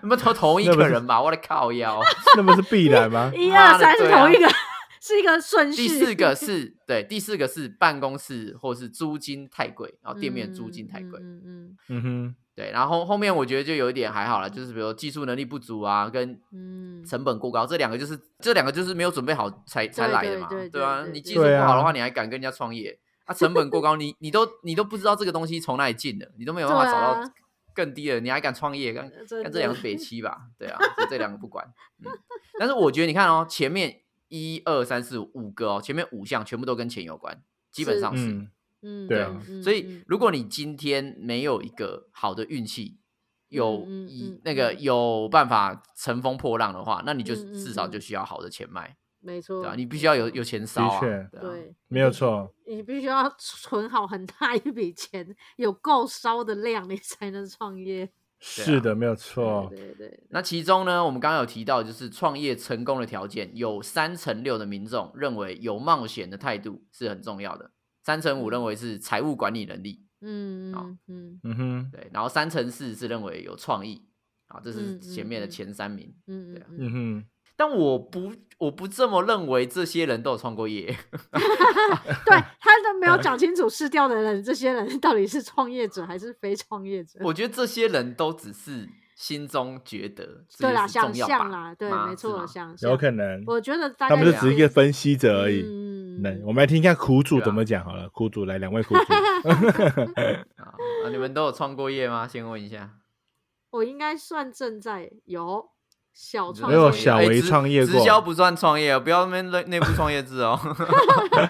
C: 他妈都同一
A: 那不
C: 个
A: 是
C: 人吧？我的靠 腰！
A: 那不是必然 吗？
B: 一二
C: 妈的
B: 三是
C: 对啊
B: 同一个，是一个顺序。
C: 第四个是对，第四个是办公室或是租金太贵，然后店面租金太贵。
B: 嗯嗯嗯
A: 嗯哼，
C: 对，然后后面我觉得就有一点还好了，就是比如说技术能力不足啊，跟
B: 嗯，
C: 成本过高，这两个就是这两个就是没有准备好才才
B: 对
C: 来
B: 对
C: 的嘛，
B: 对对
C: 啊，
B: 对
C: 你技
B: 对
C: 术
A: 对
C: 不好的
A: 啊
C: 话，你还敢跟人家创业？啊，成本过高，你你都你都不知道这个东西从哪里进的，你都没有办法
B: 对
C: 找
B: 啊
C: 到更低的，你还敢创 业？敢
B: 呃真
C: 但这
B: 的
C: 两个是北七吧？ 对啊，所以这两个不管。嗯，但是我觉得你看哦，前面一二三四五五个哦，前面五项全部都跟钱有关，基本
B: 是
C: 上是。
A: 嗯，
B: 嗯
A: 对啊
B: 嗯
C: 所
B: 嗯
C: 以如果你今天没有一个好的运气，有
B: 嗯嗯
C: 以
B: 嗯
C: 那个
B: 嗯
C: 有办法乘风破浪的话，那你就
B: 嗯嗯
C: 至少
B: 嗯
C: 就需要好的钱脉，
B: 没
C: 对啊
B: 错
C: 吧？，你必须要有有钱烧
A: 的
C: 啊，
A: 确
C: 对啊
B: 对
A: 没有错，
B: 你必须要存好很大一笔钱，有够烧的量，你才能创业。
A: 是的，没有错，
B: 啊对对啊对，
C: 那其中呢，我们刚刚有提到，就是创业成功的条件，有三成六的民众认为有冒险的态度是很重要的，三成五认为是财务管理能力，
B: 嗯
C: 好
B: 嗯嗯
A: 嗯哼，
C: 对，然后三成四是认为有创意，啊，这是
B: 嗯嗯
C: 前面的
B: 嗯
C: 前三名。
B: 嗯
C: 对啊
B: 嗯
A: 嗯哼。
C: 但我不，我不这么认为，这些人都有创过业，
B: 嗯，对，他都没有讲清楚试调的人，这些人到底是创业者还是非创业者？
C: 我觉得这些人都只是心中觉得
B: 对
C: 这些
B: 啦，
C: 是重
B: 想
C: 要
B: 象
C: 吧
B: 啦，对，
C: 吗
B: 没
C: 是吗
B: 错，想象
A: 有可能，
B: 啊我觉得大
A: 他
B: 概
A: 们就
C: 也
A: 只是一个分析者而已。
B: 嗯
A: 那我们来听一下苦主
C: 对啊
A: 怎么讲好了。苦主来，两位苦主，
C: 啊啊，你们都有创过业吗？先问一下。
B: 我应该算正在有小创
A: 没有
B: 业，
A: 小
C: 哎
A: 微
C: 直
A: 创业
C: 直
A: 过
C: 销不算创业，哦不要那边内内部创业制 哦。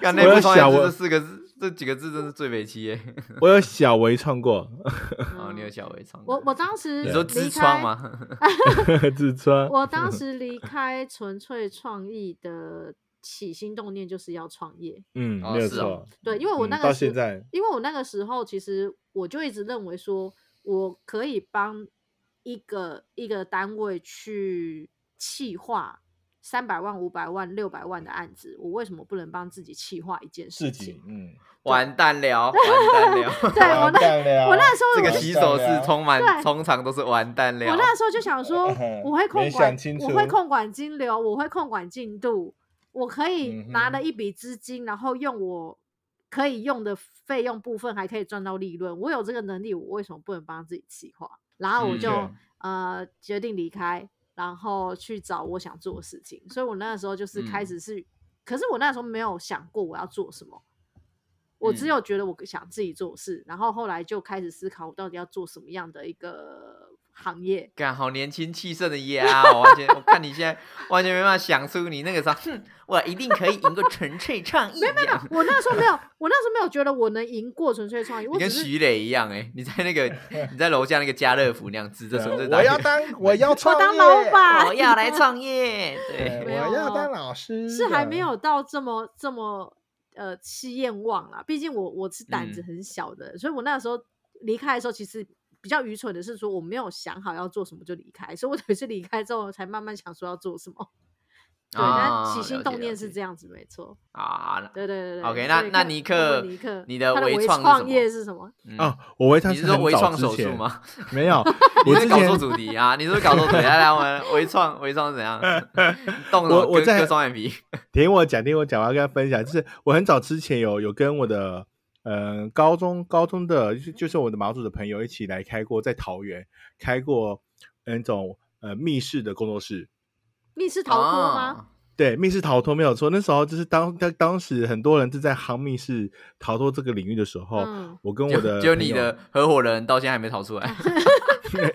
C: 干内
A: 我
C: 部
A: 有
C: 创业
A: 小
C: 制
A: 微
C: 这四个字，这几个字真是最北七耶。
A: 我有小微创过，
C: 哦，
B: 嗯
C: 你有小微创过，
B: 我我当时
C: 你说
B: 离
C: 痔
B: 开
C: 疮？吗？
A: 痔 疮。
B: 我当时离开纯粹创意的起心动念就是要创业，
A: 嗯，
C: 哦
A: 没有
C: 是哦
A: 错。
B: 对，因为我
A: 嗯
B: 那个
A: 到
B: 时
A: 现在，
B: 因为我那个时候其实我就一直认为说，我可以帮一个一个单位去企划三百万、五百万、六百万的案子，我为什么不能帮自己企划一件事
A: 自
B: 情
A: 己？，啊嗯，
C: 完蛋了，完蛋了。
B: 对我那
A: 那
B: 我那时
C: 这
B: 候
C: 个
B: 我
A: 完
C: 洗
A: 蛋
C: 手
A: 了
C: 是充满
B: 对
C: 通常都是完蛋了。
B: 我那时候就想说，我会控
A: 嗯没
B: 管
A: 想清，
B: 我会
A: 楚
B: 控管金流，我会控管进度，我可以拿
A: 嗯
B: 了
A: 哼
B: 一笔资金，然后用我可以用的费用部分，还可以赚到利润。我有这个能力，我为什么不能帮自己企划？然后我
C: 嗯
B: 就、
A: 对
B: 呃决定离开，然后去找我想做的事情。所以我那个时候就是开
C: 嗯
B: 始是，可是我那时候没有想过我要做什么，我只
C: 嗯
B: 有觉得我想自己做事，然后后来就开始思考我到底要做什么样的一个行业。
C: 干好年轻气盛的呀！我完全，我看你现在完全没办法想出你那个啥，哼，我一定可以赢过纯粹创意。没有没有，
B: 我那时候没有，我那时候没有觉得我能赢过纯粹创意，我
C: 你
B: 只
C: 跟
B: 是
C: 徐磊一样哎、你在那个你在楼下那个家乐福那样指着
A: 对啊
C: 手指
A: 我要当，我要创
B: 我
A: 业，
B: 当老，板，
C: 我要来创业，对，
A: 对，
B: 没
A: 我
B: 有
A: 要当老师，
B: 是还没。有到这么这么呃气焰旺啦。毕竟我我是胆子
C: 嗯
B: 很小的，所以我那时候离开的时候，其实比较愚蠢的是说我没有想好要做什么就离开，所以我等于是离开之后才慢慢想说要做什么。对，
C: 啊
B: 但起
C: 了
B: 心
C: 解
B: 动
C: 了
B: 念是
C: 解
B: 这样子，没错。
C: 啊。那
B: 对对对对。
C: OK，
B: 所
C: 那
B: 以
C: 那
B: 看
C: 尼
B: 问
C: 克
B: 问尼克，
C: 你的
B: 他
C: 微
B: 微
C: 创是什
B: 创
C: 么
B: 业是什么？
C: 嗯
A: 啊，我微创
C: 你
A: 是
C: 是说
A: 很
C: 微
A: 早
C: 创
A: 之
C: 手术
A: 前？
C: 吗？
A: 没有，
C: 你
A: 我
C: 是
A: 之
C: 搞错
A: 前
C: 主题啊！你是不是搞错主题？来来，我们微创微创是怎样？动了
A: 我我在
C: 割双眼皮。
A: 听我讲，听我讲，我要跟他分享，就是我很早之前有有跟我的呃高中高中的就是就是我的马祖的朋友一起来开过，在桃园开过那种呃密室的工作室，
B: 密室逃脱吗？
C: 啊？
A: 对，密室逃脱没有错。那时候就是当当当时很多人是在航密室逃脱这个领域的时候，
B: 嗯
A: 我跟我的
C: 就就
A: 朋
C: 你
A: 友，
C: 的合伙人到现在还没逃出来，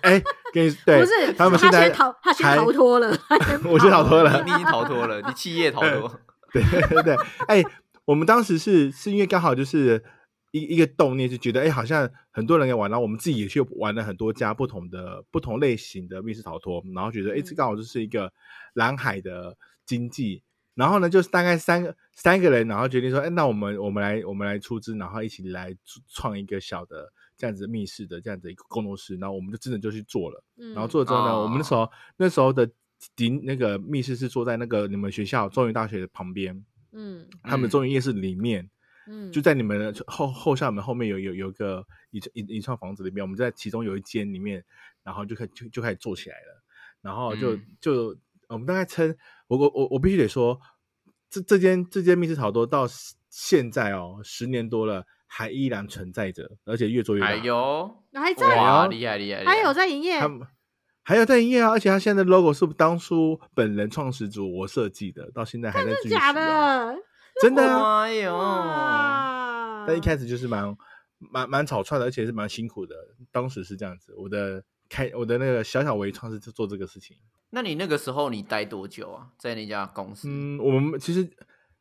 A: 哎，跟你对，
B: 不是，
A: 他们现在
B: 先逃，他先
A: 还
B: 逃 脱了，他先
A: 我先逃脱了
C: 你已经逃脱了，你企业逃脱。
A: 对对 对，哎、我们当时是是因为刚好就是一一个动念，就觉得哎、好像很多人也玩，然后我们自己也去玩了很多家不同的不同类型的密室逃脱，然后觉得哎、这
B: 嗯
A: 刚好就是一个蓝海的经济。然后呢，就是大概三个三个人，然后决定说，哎，那我们我们来我们来出资，然后一起来创创一个小的这样子密室的这样子一个工作室，然后我们就真的就去做了。
B: 嗯
A: 然后做了之后呢，我们那
C: 哦
A: 时候那时候的顶那个密室是坐在那个你们学校中原大学的旁边，
B: 嗯
A: 他们中原夜市里面，
B: 嗯，
A: 就在你们的后后校门后面有有有一个一一一串房子里面，我们在其中有一间里面，然后就开就就开始做起来了，然后就、
C: 嗯
A: 就我们大概撑，我我我我必须得说，这这间这间密室逃脱到现在哦，十年多了还依然存在着，而且越做越大。
C: 哎呦，
B: 还在
C: 哇，
A: 哦
C: 厉害厉害！厉害
B: 还有在营业
A: 他，们还有在营业啊，而且他现在的 logo 是当初本人创始组我设计的，到现在还在继
B: 真
A: 续
B: 假
A: 使用，
B: 的？
A: 真的啊。
C: 哎呦，
B: 哇！
A: 但一开始就是蛮蛮蛮草率的，而且是蛮辛苦的。当时是这样子，我的开我的那个小小微创是做这个事情。
C: 那你那个时候你待多久啊？在那家公司，
A: 嗯，我们其实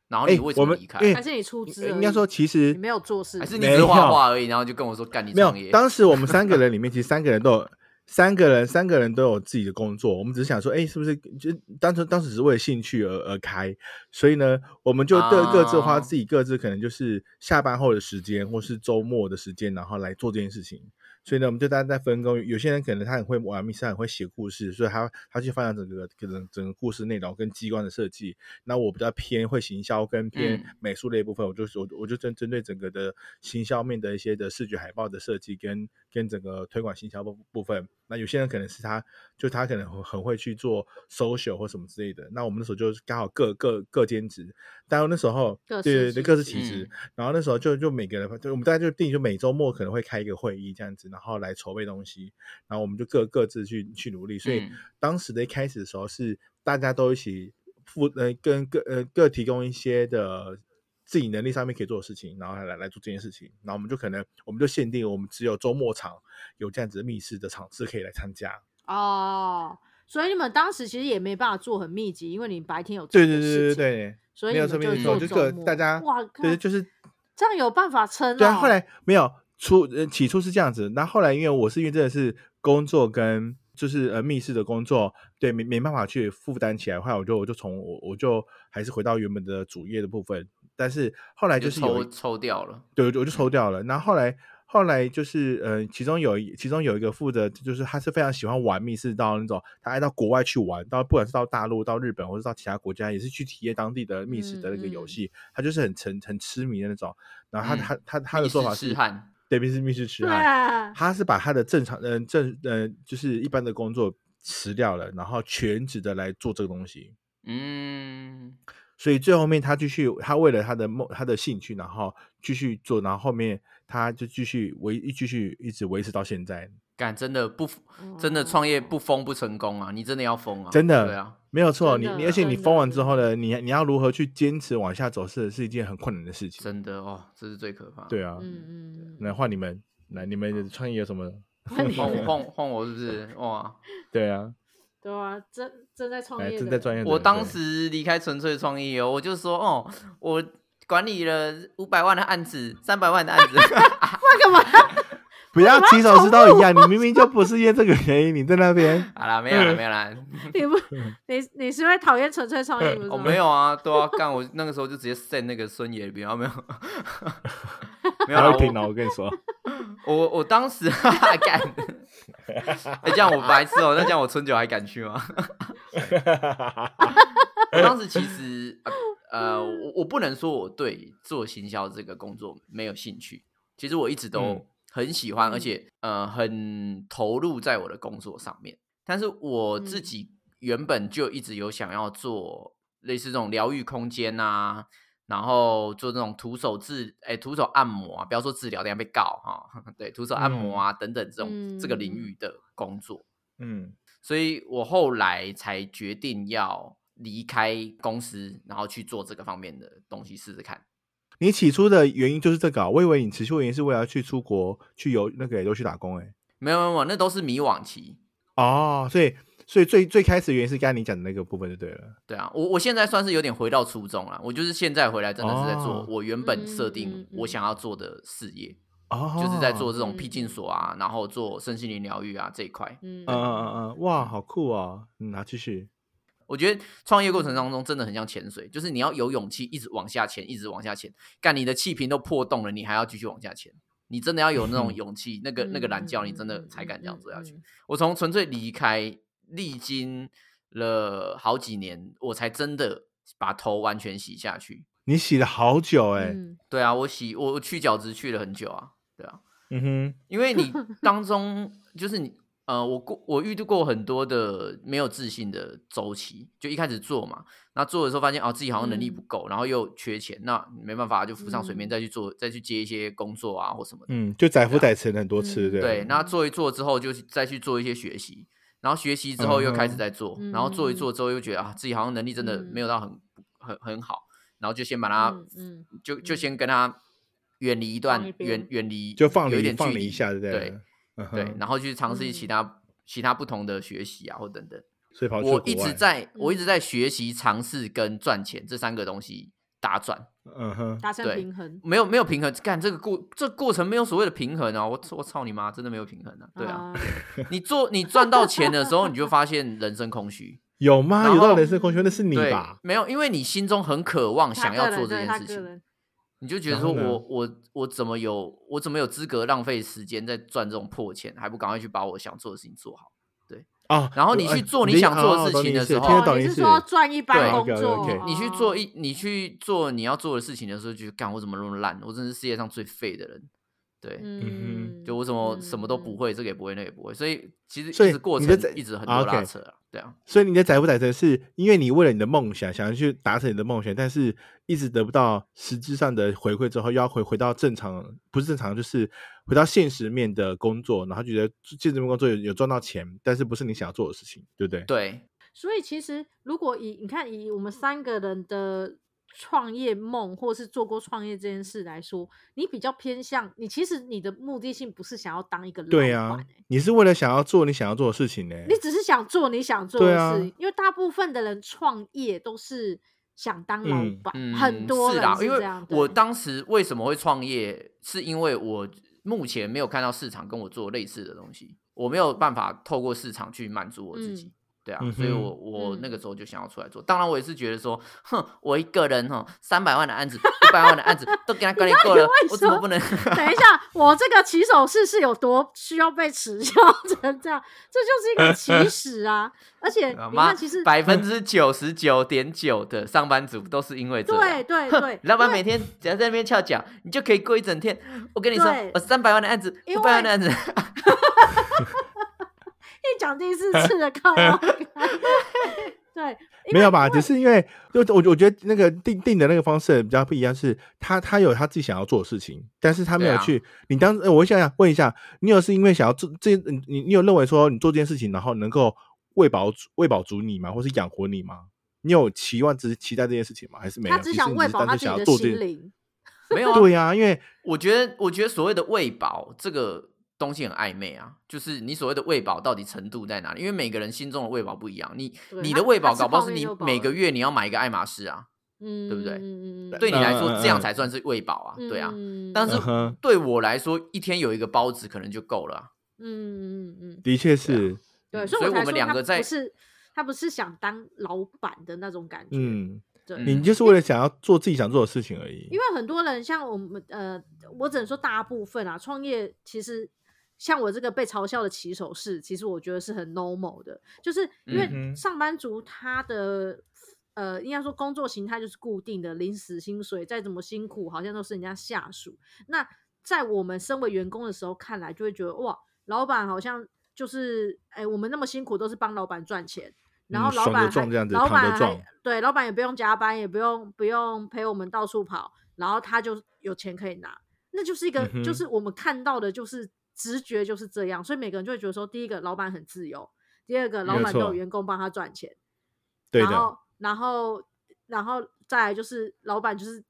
C: 然后你
A: 哎
C: 为什么
A: 我们
C: 离开？
A: 哎
B: 还是你出资而已？
A: 应该说，其实
B: 你没有做事，
C: 还是你
A: 没
C: 只是画
A: 有
C: 画而已，然后就跟我说干你
A: 没有
C: 创业。。
A: 当时我们三个人里面，其实三个人都有。 三个人，三个人都有自己的工作，我们只是想说，哎、是不是就当时当时只是为了兴趣而而开，所以呢，我们就各
C: 啊
A: 各自花自己各自可能就是下班后的时间，或是周末的时间，然后来做这件事情。所以呢，我们就大家在分工，有些人可能他很会玩密室，他很会写故事，所以他他去发展整个可能整个故事内容跟机关的设计。那我比较偏会行销跟偏
C: 嗯
A: 美术的一部分，我就是我我就针针对整个的行销面的一些的视觉海报的设计跟跟整个推广行销部部分。那有些人可能是他就他可能很很会去做 social 或什么之类的。那我们那时候就是刚好各各各兼职，但那时候
B: 各
A: 对
B: 司
A: 对
B: 其
A: 对各司其职。
C: 嗯
A: 然后那时候就就每个人，就我们大家就定就每周末可能会开一个会议这样子，然后来筹备东西，然后我们就各各自去去努力。所以
C: 嗯
A: 当时的一开始的时候是大家都一起付呃跟各呃各提供一些的。自己能力上面可以做的事情，然后来来来做这件事情，然后我们就可能我们就限定我们只有周末场有这样子的密室的场次可以来参加。
B: 哦。所以你们当时其实也没办法做很密集，因为你白天有自
A: 对
B: 己
A: 对
B: 的
A: 对对对
B: 事情，
A: 对，
B: 所以
A: 没有
B: 你们
A: 错没有
B: 做
A: 错就
B: 周
A: 各
B: 末
A: 大家
B: 哇，
A: 对
B: 看
A: 就是
B: 这样有办法撑哦。
A: 对啊，后来没有出呃起初是这样子，那后来因为我是因为真的是工作跟就是呃密室的工作，对没没办法去负担起来，后来我就我就从我我就还是回到原本的主业的部分，但是后来
C: 就
A: 就是有
C: 抽
A: 一
C: 抽掉了。
A: 对，我就我就抽掉了。然后后来后来就是呃，其中有一其中有一个负责，就是他是非常喜欢玩密室到那种，他爱到国外去玩，到不管是到大陆、到日本，或是到其他国家，也是去体验当地的密室的那个
B: 嗯嗯
A: 游戏，他就是很沉很痴迷的那种。然后他、
C: 嗯
A: 他他他的
C: 密
A: 说
C: 室
A: 法
C: 痴
A: 是，
C: 汉
A: 对，密室密室痴
B: 对
A: 汉，
B: 啊，
A: 他是把他的正常嗯、呃正嗯、就是一般的工作辞掉了，然后全职的来做这个东西。
C: 嗯，
A: 所以最后面他继续，他为了他的梦、他的兴趣，然后继续做，然后后面他就继续维继续一直维持到现在。
C: 干真的不真
B: 嗯
C: 的创业不疯不成功啊！你真的要疯啊！
A: 真的
C: 对啊，
A: 没有错，
B: 真
A: 你
B: 的
A: 你而且你
B: 真
A: 封
B: 的
A: 完之后呢，你你要如何去坚持往下走是是一件很困难的事情。
C: 真的哦，这是最可怕的。
A: 对啊，
B: 嗯嗯嗯，
A: 那换你们，来你们的创业有什么？
B: 换你
C: 换我
B: 们
C: 换换我是不是？哇！
A: 对啊，
B: 对啊，正正在创
A: 来
B: 业，
A: 哎正在专业的人。
C: 我当
A: 对
C: 时离开纯粹创意哦，我就说哦，我管理了五百万的案子，三百万的案子，
B: 那干嘛？
A: 不要起手式都一样，你明明就不是因为这个原因，你在那边
C: 好啦，没有啦，
A: 嗯
C: 没有啦，
B: 你 不，你你是因为讨厌纯粹创业不是吗？
C: 我、没有啊，对啊，干我那个时候就直接 send 那个孙野饼，啊没有， 没有
A: 还
C: 啦，
A: 会停啊
C: 我
A: 了。我跟你说，
C: 我我当时 哈哈 干，哎、这样我白痴哦，那这样我春酒还敢去吗？ 我当时其实呃，呃我我不能说我对做行销这个工作没有兴趣，其实我一直
A: 嗯
C: 都很喜欢，而
B: 嗯
C: 且呃很投入在我的工作上面。但是我自
B: 嗯
C: 己原本就一直有想要做类似这种疗愈空间啊，然后做这种徒手治哎徒手按摩啊，不要说治疗，等一下被告哈、 对，徒手按摩啊、等等这种、这个领
B: 嗯
C: 域的工作。
A: 嗯
C: 所以我后来才决定要离开公司，然后去做这个方面的东西试试看。
A: 你起初的原因就是这个啊、我以为你持续的原因是为了要去出国去游那个游去打工哎、
C: 没有没有没有，那都是迷惘期。
A: 哦，所以所以最最开始的原因是刚才你讲的那个部分就对了，
C: 对啊，我我现在算是有点回到初衷了。我就是现在回来，真的是在做
A: 哦
C: 我原本设
B: 嗯
C: 定
B: 嗯嗯
C: 我想要做的事业，
A: 哦，
C: 就是在做这种
B: 嗯
C: 僻静所啊，然后做身心灵疗愈啊这一块。
B: 嗯
A: 嗯嗯嗯嗯，哇，好酷哦！嗯，好，继续，
C: 我觉得创业过程当中真的很像潜水，就是你要有勇气一直往下潜，一直往下潜，干你的气瓶都破洞了，你还要继续往下潜。你真的要有那种勇气，那个那个懒觉，你
B: 嗯
C: 真的才敢这样做下去。。我从纯粹离开，历经了好几年，我才真的把头完全洗下去。
A: 你洗了好久哎、
B: 嗯
C: 对啊，我洗我我去角质去了很久啊，对啊，
A: 嗯哼，
C: 因为你当中就是你呃，我过我遇到过很多的没有自信的周期，就一开始做嘛，那做的时候发现哦自己好像能力不够，然后又缺钱，那没办法就浮上水面
B: 嗯
C: 再去做，再去接一些工作啊或什么的。
A: 嗯，就载浮载沉很多次，对
B: 嗯
C: 对，
A: 对，
C: 那做一做之后，就去再去做一些学习，然后学习之后又开始
A: 嗯
C: 在做，
B: 嗯
C: 然后做一做之后又觉得啊，自己好像能力真的没有到很、很很好，然后就先把它，
B: 嗯嗯
C: 就就
B: 嗯
C: 先跟他远离一
B: 放
C: 段
B: 一，边
C: 远远离
A: 就放
C: 有一
A: 离
C: 点距
A: 放
C: 离
A: 离一下，对不
C: 对？
A: 嗯
C: 对，
A: 哼，
C: 然后去尝试其
B: 嗯
C: 他、其他不同的学习啊或等等。
A: 所以哦跑去
C: 我
A: 国
C: 一直
A: 外，
C: 在
B: 嗯
C: 我一直在学习尝试跟赚钱这三个东西打转。
A: 嗯哼，
B: 达成
C: 对
B: 平衡。
C: 没有没有平衡，干这个过这过程没有所谓的平衡啊！我我操你妈，真的没有平衡啊！对啊，
B: 啊，
C: 你做你赚到钱的时候，你就发现人生空虚。
A: 有吗？
C: 然
A: 有到
C: 后
A: 人生空虚，那是 你
C: 对
A: 吧？，
C: 没有，因为你心中很渴望
B: 他
C: 想
B: 个
C: 要
B: 人
C: 做这
B: 对
C: 件
B: 他
C: 事
B: 个
C: 情，
B: 人
C: 你就觉得
A: 然
C: 说
A: 后呢
C: 我我我怎么有我怎么有资格浪费时间在赚这种破钱，还不赶快去把我想做的事情做好？
A: 啊，
C: 然后你
A: 我
C: 去
A: 哎
C: 做你
A: 理
C: 想
A: 哦
C: 做的事
A: 懂
C: 情
A: 你
C: 的
A: 意思
C: 时候
A: 听
B: 哦
A: 得懂
B: 你
A: 意
B: 是
A: 思，
B: 说赚一般
C: 对
B: 工作
A: OK，OK，OK，
C: 你去做
B: 哦
C: 一你去做你要做的事情的时候，就觉得干我怎么那么烂？我真是世界上最废的人。对，
A: 嗯
B: 嗯，
C: 就我怎么什么都不
B: 嗯，
C: 会，这个也不会，那个也不会，所以其实
A: 所以
C: 一直过
A: 你
C: 程
A: 就在
C: 一直很
A: 啊
C: 多
A: ，OK
C: 拉扯啊，对啊，
A: 所以你的载不载沉，是因为你为了你的梦想，想要去达成你的梦想，但是一直得不到实质上的回馈之后，又要回回到正常，不是正常，就是回到现实面的工作，然后觉得现实面工作有有赚到钱，但是不是你想要做的事情，对不对？
C: 对，
B: 所以其实如果以你看以我们三个人的创业梦，或是做过创业这件事来说，你比较偏向你其实你的目的性不是想要当一个
A: 对
B: 老
A: 啊
B: 板欸、，
A: 你是为了想要做你想要做的事情呢、
B: 你只是想做你想做
A: 对
B: 的
A: 啊
B: 事，因为大部分的人创业都是想当老
A: 嗯
B: 板，
C: 嗯，
B: 很多
C: 是
B: 人
C: 啦，
B: 是
C: 因
B: 这
C: 为
B: 样。
C: 我
B: 对
C: 当时为什么会创业，是因为我目前没有看到市场跟我做类似的东西，我没有办法透过市场去满足我自己。
B: 嗯
C: 对啊
A: 嗯，
C: 所以
A: 哼
C: 我我那个
B: 嗯
C: 时候就想要出来做。当然，我也是觉得说，哼，我一个人哦，三百万的案子，一百万的案子都 给他管理
B: 到
C: 够
B: 底
C: 了
B: 为，
C: 我怎么
B: 什
C: 不能？
B: 等一下，我这个起手式是有多需要被耻笑成这样？这就是一 个起始啊！而且
C: 啊
B: 你
C: 妈
B: 看，其实
C: 百分之九十九点九的上班族都是因为这样。
B: 对对
C: 啊哼
B: 对，
C: 老板每天只要在那边翘脚，你就可以过一整天。我跟你说
B: 嗯对，
C: 我三百万的案子，
B: 因
C: 五百万
B: 为
C: 的案子，
B: 一讲第四次的靠腰杆，对，因
A: 没
B: 为
A: 有吧？只是因为就我我觉得那个定定的那个方式比较不一样，是他他有他自己想要做的事情，但是他没
C: 对
A: 有
C: 啊
A: 去。你当呃我想想问一下，你有是因为想要做这你你你有认为说你做这件事情，然后能够喂饱喂饱足你吗？或是养活你吗？你有期望只是期待这件事情吗？还是没有？
B: 他只
A: 其实
B: 想
A: 你
B: 喂
A: 是
B: 饱
A: 单
B: 他
A: 纯
B: 自己
A: 想要
B: 的
A: 做这
B: 心
A: 件。
B: 灵。
C: 没有啊，
A: 对呀、因为
C: 我觉得，我觉得所谓的喂饱这个东西很暧昧啊，就是你所谓的喂饱到底程度在哪里？因为每个人心中的喂饱不一样，你
B: 对
C: 你
B: 他
C: 的喂
B: 他
C: 饱
B: 吃
C: 搞不好
B: 泡
C: 是
B: 面
C: 你
B: 就饱
C: 每
B: 了
C: 个月你要买一个爱马仕啊，
B: 嗯，
C: 对不对
B: 嗯嗯嗯，
C: 对你来说这
A: 嗯
C: 样
A: 嗯
C: 才算是喂饱啊，对啊。
B: 嗯
C: 但是
A: 嗯哼
C: 对我来说，一天有一个包子可能就够了啊、
B: 嗯嗯嗯嗯，
A: 的确是，
B: 对，
C: 嗯
B: 所以
C: 所
B: 我才
C: 以我们
B: 说
C: 两
B: 他
C: 个在
B: 不是他不是想当老板的那种感觉，
A: 嗯，
B: 对，
C: 嗯
A: 你就是为了想要做自己想做的事情而已。
B: 因为很多人像我们呃，我只能说大部分啊，创业其实像我这个被嘲笑的骑手式，其实我觉得是很 normal 的，就是因
A: 嗯
B: 为
A: 哼
B: 上班族他的、呃，应该说工作形态就是固定的，临时薪水再怎么辛苦，好像都是人家下属。那在我们身为员工的时候看来，就会觉得哇，老板好像就是哎、我们那么辛苦都是帮老板赚钱。然
A: 嗯
B: 后老
A: 爽
B: 板
A: 得撞
B: 还
A: 这样子
B: 老
A: 躺
B: 板
A: 得撞
B: 还对，老板也不用加班，也不用不用陪我们到处跑，然后他就有钱可以拿，那就是一个、
A: 嗯哼
B: 就是我们看到的，就是直觉就是这样，所以每个人就会觉得说，第一个老板很自由，第二个老
A: 没
B: 板都有
A: 错
B: 员工帮他赚钱，
A: 对
B: 然
A: 的，
B: 后然后然后再来就是老板就是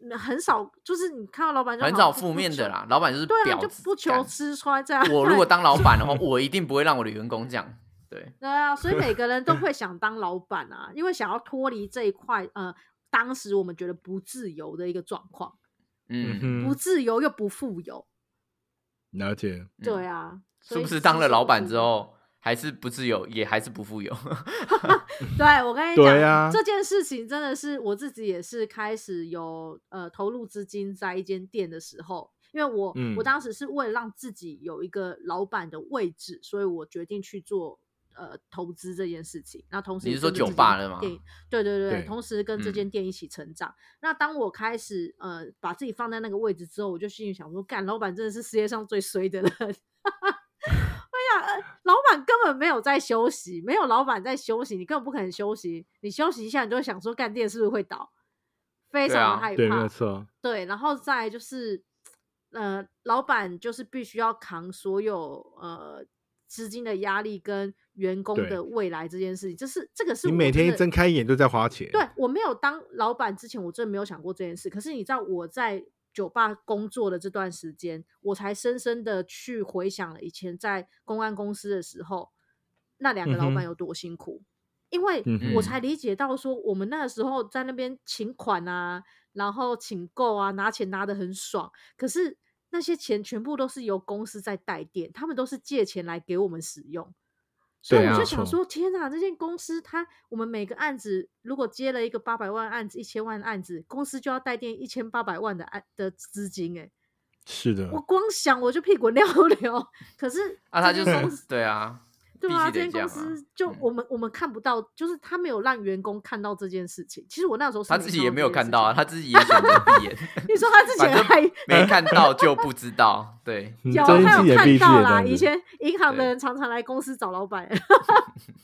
B: 嗯很少，就是你看到老板就
C: 很
B: 好
C: 少
B: 像不
C: 负
B: 不
C: 面
B: 求
C: 的啦，老板就是
B: 对啊，
C: 婊
B: 就
C: 子
B: 不求
C: 干
B: 吃穿这样。
C: 我如果
B: 对
C: 当老板的话，我一定不会让我的员工这样。对，
B: 对啊，所以每个人都 会想当老板啊，因为想要脱离这一块呃，当时我们觉得不自由的一个状况，
A: 嗯
C: 嗯，
B: 不
A: 哼，
B: 自由又不富有，
A: 了解。
C: 嗯
B: 对啊，所
C: 是
B: 以
C: 不是
B: 其
C: 当
B: 实嗯
C: 了老
B: 我
C: 板
B: 是
C: 之后还是不自由，也还是不富有？ 啊
B: 对，我跟你讲，
A: 对啊
B: 这件事情真的是我自己也是开始有呃投入资金在一间店的时候，因为我、我
A: 嗯
B: 当时是为了让自己有一个老板的位置，所以我决定去做呃投资这件事情。那同时
C: 你
B: 也
C: 是说
B: 跟着
C: 酒
B: 自己
C: 吧
B: 的
C: 了吗
B: 店对对对，
A: 对
B: 同时跟这
C: 嗯
B: 间店一起成长。那当我开始呃把自己放在那个位置之后，我就心里想说，干，老板真的是世界上最衰的人。我想，呃老板根本没有在休息，没有老板在休息，你根本不可能休息。你休息一下，你就会想说，干店是不是会倒？非
C: 对
B: 常的
C: 啊
B: 害
A: 对，没
B: 怕。
A: 有错。
B: 对，然后再来就是，呃，老板就是必须要扛所有呃资金的压力跟员工
A: 对
B: 的未来这件事情，这是这个是
A: 你
B: 我
A: 每天一
B: 的
A: 睁开眼就在花钱。
B: 对我没有当老板之前，我真的没有想过这件事。可是你知道我在酒吧工作的这段时间，我才深深的去回想了以前在公安公司的时候，那两个老
A: 嗯
B: 板
A: 哼
B: 有多辛苦，因为
A: 嗯哼
B: 我才理解到说，我们那个时候在那边请款啊，然后请购啊，拿钱拿得很爽，可是。那些钱全部都是由公司在代垫，他们都是借钱来给我们使用，所以
A: 对
B: 我
A: 啊
B: 就
A: 没
B: 想
A: 错
B: 说，天哪，这间公司它，我们每个案子如果接了一个八百万案子、一千万案子，公司就要带垫一千八百万的案的资金、欸，
A: 是的
B: 我，光想我就屁滚尿 流。可是
C: 啊，他就
B: 这间公司
C: 是对啊，
B: 对
C: 必
B: 啊，
C: 须
B: 这间
C: 得这
B: 公
C: 样啊
B: 司就
C: 嗯
B: 我们、我们看不到，就是他没有让员工看到这件事情。其实我那时候是
C: 他自己也没有
B: 有
C: 看到啊，他自己也选择闭 眼。
B: 你说他自己
C: 反正嗯
B: 还
C: 没看到就不知道，对，
A: 你
B: 有，
A: 嗯睁一
B: 他
A: 只
B: 有
A: 眼闭
B: 看
A: 一只
B: 到
A: 眼这
B: 啦。
A: 样
B: 以
A: 子。
B: 前银行的
C: 对
B: 人常常来公司找老板。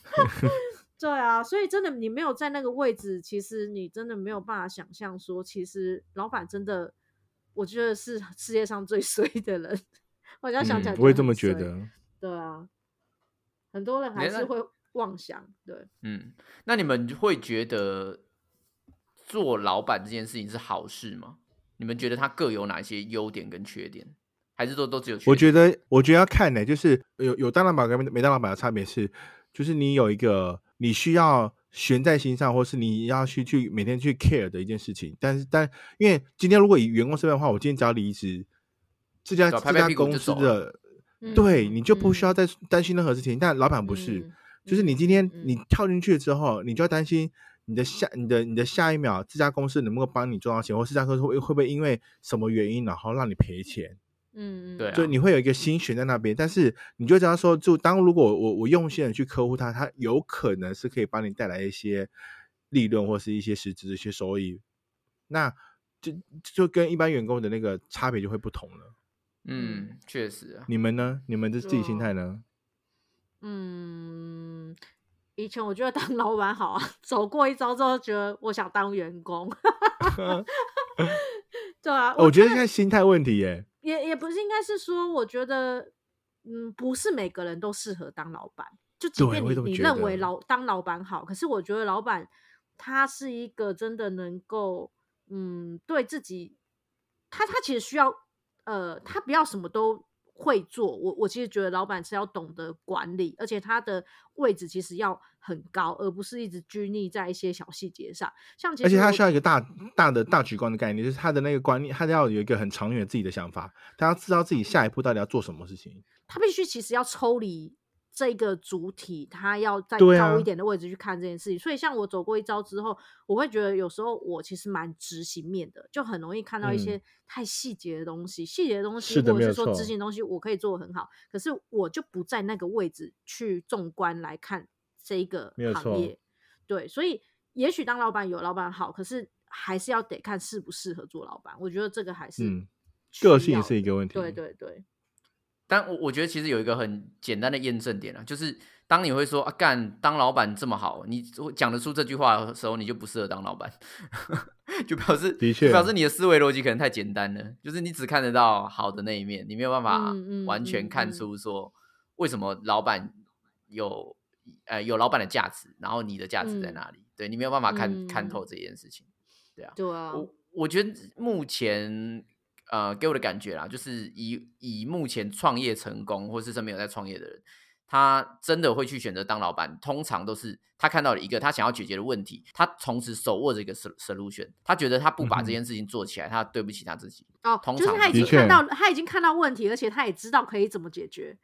B: 对啊，所以真的你没有在那个位置，其实你真的没有办法想象说，其实老板真的，我觉得是世界上最 衰的人。我现在想起来、
A: 嗯，我也这么觉。得。
B: 对啊，很多人还
C: 没那
B: 是会妄想。对，
C: 嗯，那你们会觉得做老板这件事情是好事吗？你们觉得他各有哪些优点跟缺点，还是说都只有缺点？
A: 我觉得，我觉得要看呢、就是有有当老板跟没没当老板的差别是，就是你有一个你需要悬在心上，或是你要去去每天去 care 的一件事情。但是，但因为今天如果以员工身份的话，我今天只要离职，这家
C: 对啊
A: 这
C: 拍拍
A: 家
C: 屁股就
A: 公司
C: 走
A: 的，
B: 嗯
A: 对你就不需要
B: 嗯
A: 再担心任何事情。但老板不是，
B: 嗯
A: 就是你
B: 嗯
A: 今天
B: 嗯
A: 你跳进去之后，你就要担心你的下、你的、你的下一秒，这家公司能不能够帮你赚到钱，或是这家公司会会不会因为什么原因，然后让你赔钱？
B: 嗯，嗯
C: 对啊
A: 所以你会有一个心悬在那边，但是你就知道说，就当如果我我用心的去呵护它，它有可能是可以帮你带来一些利润或是一些实质的一些收益，那就就跟一般员工的那个差别就会不同了。
C: 嗯，确实啊，
A: 你们呢？你们的自己心
B: 对啊
A: 态呢？
B: 嗯，以前我觉得当老板好啊， 走过一遭之后，觉得我想当 员工。 对啊，
A: 哦我觉得现在心态问题耶，
B: 也也不是，应该是说，我觉得，嗯，不是每个人都适合当老板。就即
A: 对
B: 便
A: 我也
B: 你
A: 这么
B: 你
A: 觉
B: 认
A: 得
B: 为老当老板好，可是我觉得老板他是一个真的能够，嗯，对自己，他他其实需要，呃，他不要什么都会做。我我其实觉得老板是要懂得管理，而且他的位置其实要很高，而不是一直拘泥在一些小细节上。像其
A: 而且
B: 实
A: 他
B: 我
A: 需要一个大大的大局观的概念，就是他的那个观念，他要有一个很长远自己的想法，他要知道自己下一步到底要做什么事情。
B: 他必须其实要抽离这个主体，他要在
A: 对
B: 高
A: 啊
B: 一点的位置去看这件事情。所以，像我走过一遭之后，我会觉得有时候我其实蛮执行面的，就很容易看到一些太细节的东西。细节的东
A: 嗯
B: 西，
A: 是的
B: 或
A: 没
B: 者是
A: 有
B: 说
A: 错
B: 执行的东西，我可以做的很好，可是我就不在那个位置去纵观来看这一个
A: 没有
B: 行
A: 错
B: 业。对，所以也许当老板有老板好，可是还是要得看适不适合做老板。我觉得这个还是
A: 嗯
B: 需要的、
A: 个性是一个问题，
B: 对对对，
C: 但我我觉得其实有一个很简单的验证点啊，就是当你会说啊干当老板这么好，你讲得出这句话的时候，你就不适合当老板， 就表示
A: 的确
C: 就表示你的思维逻辑可能太简单了，就是你只看得到好的那一面，你没有办法
B: 嗯嗯
C: 完
B: 嗯
C: 全
B: 嗯
C: 看出说为什么老板有呃有老板的价值，然后你的价值在
B: 嗯
C: 哪里，对你没有办法看、看
B: 嗯
C: 透这件事情。
B: 对啊，
C: 我我觉得目前呃给我的感觉啦，就是以以目前创业成功或是身边有在创业的人，他真的会去选择当老板，通常都是他看到了一个他想要解决的问题，他同时手握着一个 sol- solution，他觉得他不把
A: 嗯哼
C: 这件事情做起来，他对不起他自己。
B: 哦，
C: 通
B: 就是
C: 常
B: 他已
C: 是
B: 经
A: 这
B: 看
A: 样
B: 到，他已经看到问题，而且他也知道可以怎么解决。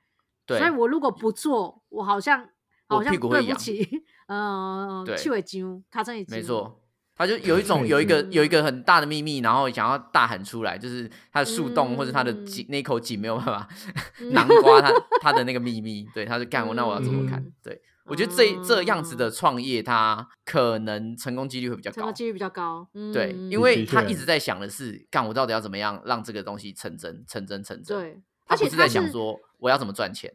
C: 对
B: 所以我如果不做，我好像
C: 我
B: 好像
C: 屁股会
B: 对不
C: 痒
B: 起，嗯，
C: 对
B: 气味精，卡真也
C: 没错，他就 有一种
A: 对
C: 有一个
B: 对
C: 有一个很大的秘密，然后想要大喊出来，就是他的树洞、或者他的
B: 嗯
C: 井那口井没有办法
B: 嗯
C: 囊括他他的那个秘密，对，他就干我那我要怎么看
B: 嗯？
C: 对我觉得这这样子
B: 哦
C: 的创业，他可能成功几率会比较
B: 成功
C: 高。
B: 嗯几率比较高。嗯，
C: 对，因
B: 嗯
C: 为
A: 的
C: 他
A: 确
C: 一直在想的是，干我到底要怎么样让这个东西成真、成真、成真。，
B: 对，
C: 他
B: 而
C: 不
B: 且
C: 是在
B: 他
C: 想
B: 是
C: 说我要怎么赚钱。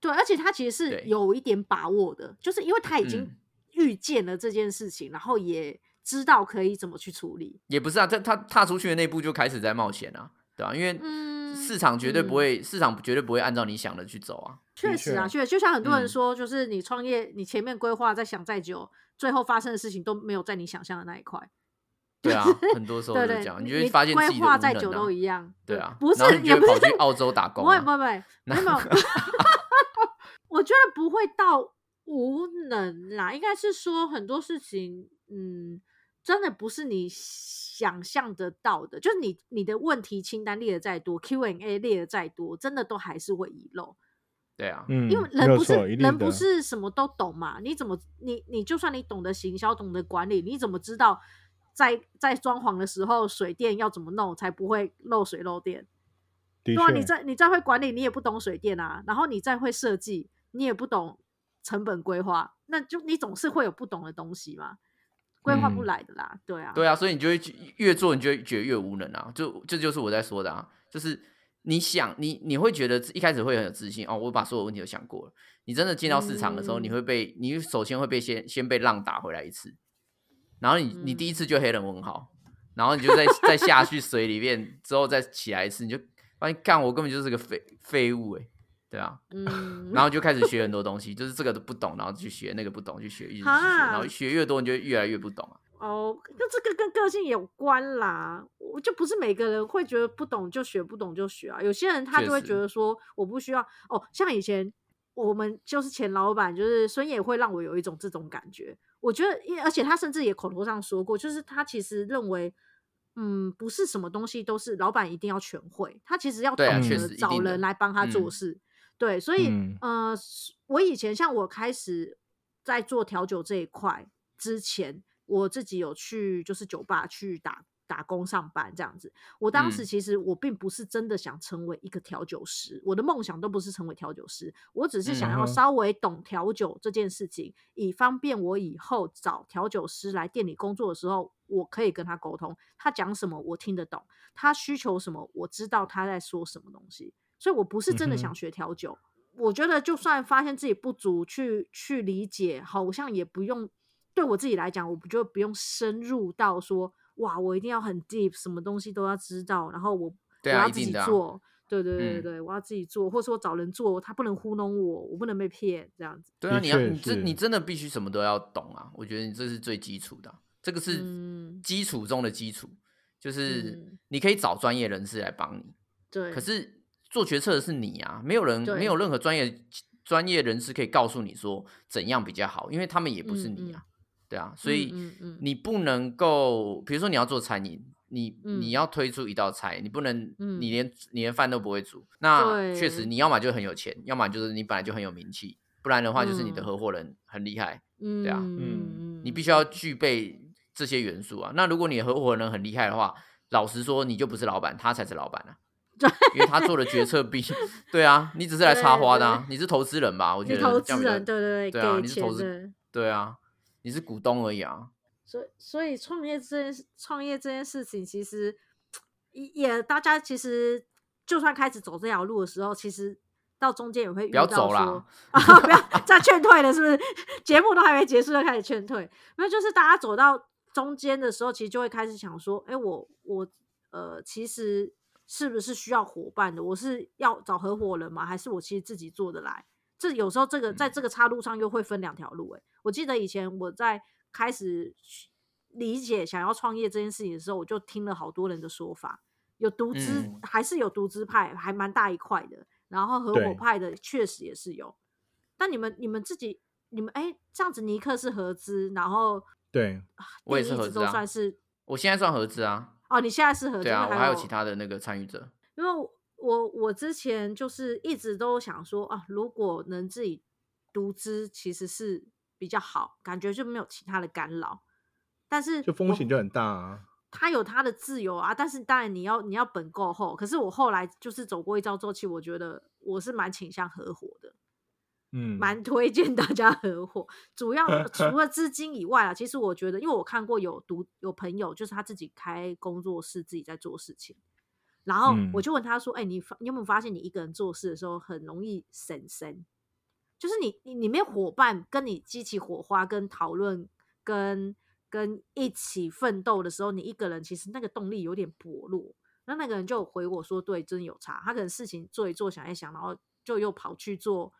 B: 对，而且他其实是
C: 对
B: 有一点把握的，就是因为他已经
C: 嗯
B: 预见了这件事情，然后也知道可以怎么去处理。
C: 也不是啊，他他踏出去的那一步就开始在冒险啊，对啊，因为
B: 嗯
C: 市场绝对
B: 嗯
C: 不会，市场绝对不会按照你想的去走 啊。
B: 确
A: 的
B: 实
A: 确
B: 啊，
A: 啊
B: 确实，就像很多人
C: 嗯
B: 说，就是你创业，你前面规划再想再久，最后发生的事情都没有在你想象的那一块。
C: 对啊，很 多时候
B: 对
C: 都
B: 对
C: 是这，样，
B: 你
C: 你就会
B: 你
C: 发现自
B: 规
C: 己的无
B: 划再
C: 能
B: 久
C: 啊
B: 都一样。
C: 对啊，
B: 不
C: 然后
B: 是
C: 你
B: 也
C: 就
B: 不
C: 会
B: 是
C: 跑去澳洲打工
B: 不会
C: 啊，
B: 不会不会，没
C: 那
B: 有， 我觉得不会到无能啦，应该是说很多事情，嗯，真的不是你想象得到的，就是你你的问题清单列的再多，Q&A 列的再多，真的都还是会遗漏。
C: 对啊，
A: 嗯，
B: 因为
A: 没
B: 人
A: 有
B: 不是
A: 错一定
B: 人
A: 的
B: 不是什么都懂嘛，你怎么你你就算你懂得行销，懂得管理，你怎么知道在在装潢的时候水电要怎么弄才不会漏水漏电？
A: 的
B: 对啊，
A: 确，
B: 你再你再会管理，你也不懂水电啊，然后你再会设计，你也不懂成本规划，那就你总是会有不懂的东西嘛，规划不
A: 嗯
B: 来的啦，对啊，
C: 对啊，所以你就会去越做，你就会觉得越无能啊。就这就是我在说的啊，就是你想你你会觉得一开始会很有自信哦，我把所有问题都想过了。你真的进到市场的时候，
B: 嗯
C: 你会被你首先会被先先被浪打回来一次，然后你你第一次就黑人问号，然后你就再再下去水里面之后再起来一次，你就发现干我根本就是个废废物哎、对啊，
B: 嗯，
C: 然后就开始学很多东西，就是这个都不懂，然后去学那个不懂，去学，一直去学，然
B: 啊
C: 后学越多，你就越来越不懂啊。
B: 哦，跟这个跟个性有关啦。我就不是每个人会觉得不懂就学，不懂就学啊。有些人他
C: 确
B: 就会
C: 实
B: 觉得说我不需要哦，像以前我们就是前老板，就是孙也会让我有一种这种感觉。我觉得，因而且他甚至也口头上说过，就是他其实认为。嗯，不是什么东西都是老板一定要全会，他其实要懂
C: 对
A: 啊确
B: 得
C: 实一
B: 找
C: 定的
B: 人来帮他做
C: 嗯
B: 事。对，所以、
A: 嗯
B: 呃，是我以前像我开始在做调酒这一块之前，我自己有去就是酒吧去打打工上班这样子。我当时
C: 嗯
B: 其实我并不是真的想成为一个调酒师，我的梦想都不是成为调酒师，我只是想
A: 嗯
B: 要
A: 哼
B: 稍微懂调酒这件事情，以方便我以后找调酒师来店里工作的时候，我可以跟他沟通，他讲什么我听得懂，他需求什么我知道他在说什么东西。所以我不是真的
A: 嗯哼
B: 想学调酒，我觉得就算发现自己不足，去去理解，好像也不用对我自己来讲，我不就不用深入到说哇，我一定要很 deep，什么东西都要知道，然后我
C: 对
B: 我
C: 啊
B: 要
C: 一
B: 自己
C: 定的啊
B: 做。对对对
C: 嗯
B: 对，我要自己做，或者说找人做，他不能糊弄我，我不能被骗，这样子。
C: 对
A: 的
C: 啊，你要
A: 确
C: 你真你
A: 是
C: 真的必须什么都要懂啊！我觉得你这是最基础的啊、这个是
B: 嗯
C: 基础中的基础，就是
B: 嗯
C: 你可以找专业人士来帮你，
B: 对，
C: 可是做决策的是你啊，没有人没
B: 对
C: 有任何专业专业人士可以告诉你说怎样比较好，因为他们也不是
B: 嗯
C: 你
B: 嗯
C: 啊，对啊，所以
B: 嗯嗯
C: 你不能够，比如说你要做餐饮，你、你
B: 嗯
C: 要推出一道菜，你不能、
B: 嗯
C: 你连你连饭都不会煮，那确实
B: 对
C: 你要么就很有钱，要么就是你本来就很有名气，不然的话就是你的
B: 嗯
C: 合伙人很厉害，
B: 嗯，
C: 对啊
B: 嗯
C: 你必须要具备这些元素啊。那如果你的合伙人很厉害的话，老实说，你就不是老板，他才是老板 啊。因为他做的决策比对啊，你只是来插花的啊，你是投资人吧？我觉
B: 你
C: 得
B: 投
C: 这
B: 资
C: 样比较
B: 人，对对
C: 对啊
B: 给
C: 你是投
B: 钱
C: 资
B: 的。
C: 对啊，你是股东而已啊。
B: 所以，所以创业这件事，创业这件事情，其实也大家其实就算开始走这条路的时候，其实到中间也会遇
C: 不要
B: 到
C: 走啦
B: 说 啊，不要再劝退了，是不 是？节目都还没结束就开始劝退，没有，就是大家走到中间的时候，其实就会开始想说，哎，我我呃，其实是不是需要伙伴的？我是要找合伙人吗？还是我其实自己做得来？这有时候这个在这个岔路上又会分两条路、欸。我记得以前我在开始去理解想要创业这件事情的时候，我就听了好多人的说法，有独资、
C: 嗯
B: 还是有独资派，还蛮大一块的，然后合伙
A: 对
B: 派的确实也是有。但你们你们自己你们哎、这样子尼克是合资，然后
A: 对，
C: 我也
B: 定
C: 是
B: 义
C: 合
B: 一直
C: 资
B: 都
C: 啊
B: 算是
C: 我现在算合资啊，
B: 哦，你现在是合资，
C: 对啊，
B: 因为
C: 我
B: 还
C: 还有其他的那个参与者。
B: 因为我我我之前就是一直都想说啊，如果能自己独资，其实是比较好，感觉就没有其他的干扰。但是
A: 就风
B: 我
A: 险就很大啊。
B: 他有他的自由啊，但是当然你要你要本够厚。可是我后来就是走过一遭之后，其实我觉得我是蛮倾向合伙的，
A: 嗯，
B: 蛮推荐大家合伙。主 要除了资金以外啊，其实我觉得，因为我看过有读有朋友，就是他自己开工作室，自己在做事情。然后
A: 嗯
B: 我就问他说：“哎、你发你有没有发现，你一个人做事的时候很容易省身？就是你你你没有伙伴跟你激起火花、跟讨论、跟跟一起奋斗的时候，你一个人其实那个动力有点薄弱。”那那个人就有回我说：“对，真有差。他可能事情做一做，想一想，然后就又跑去做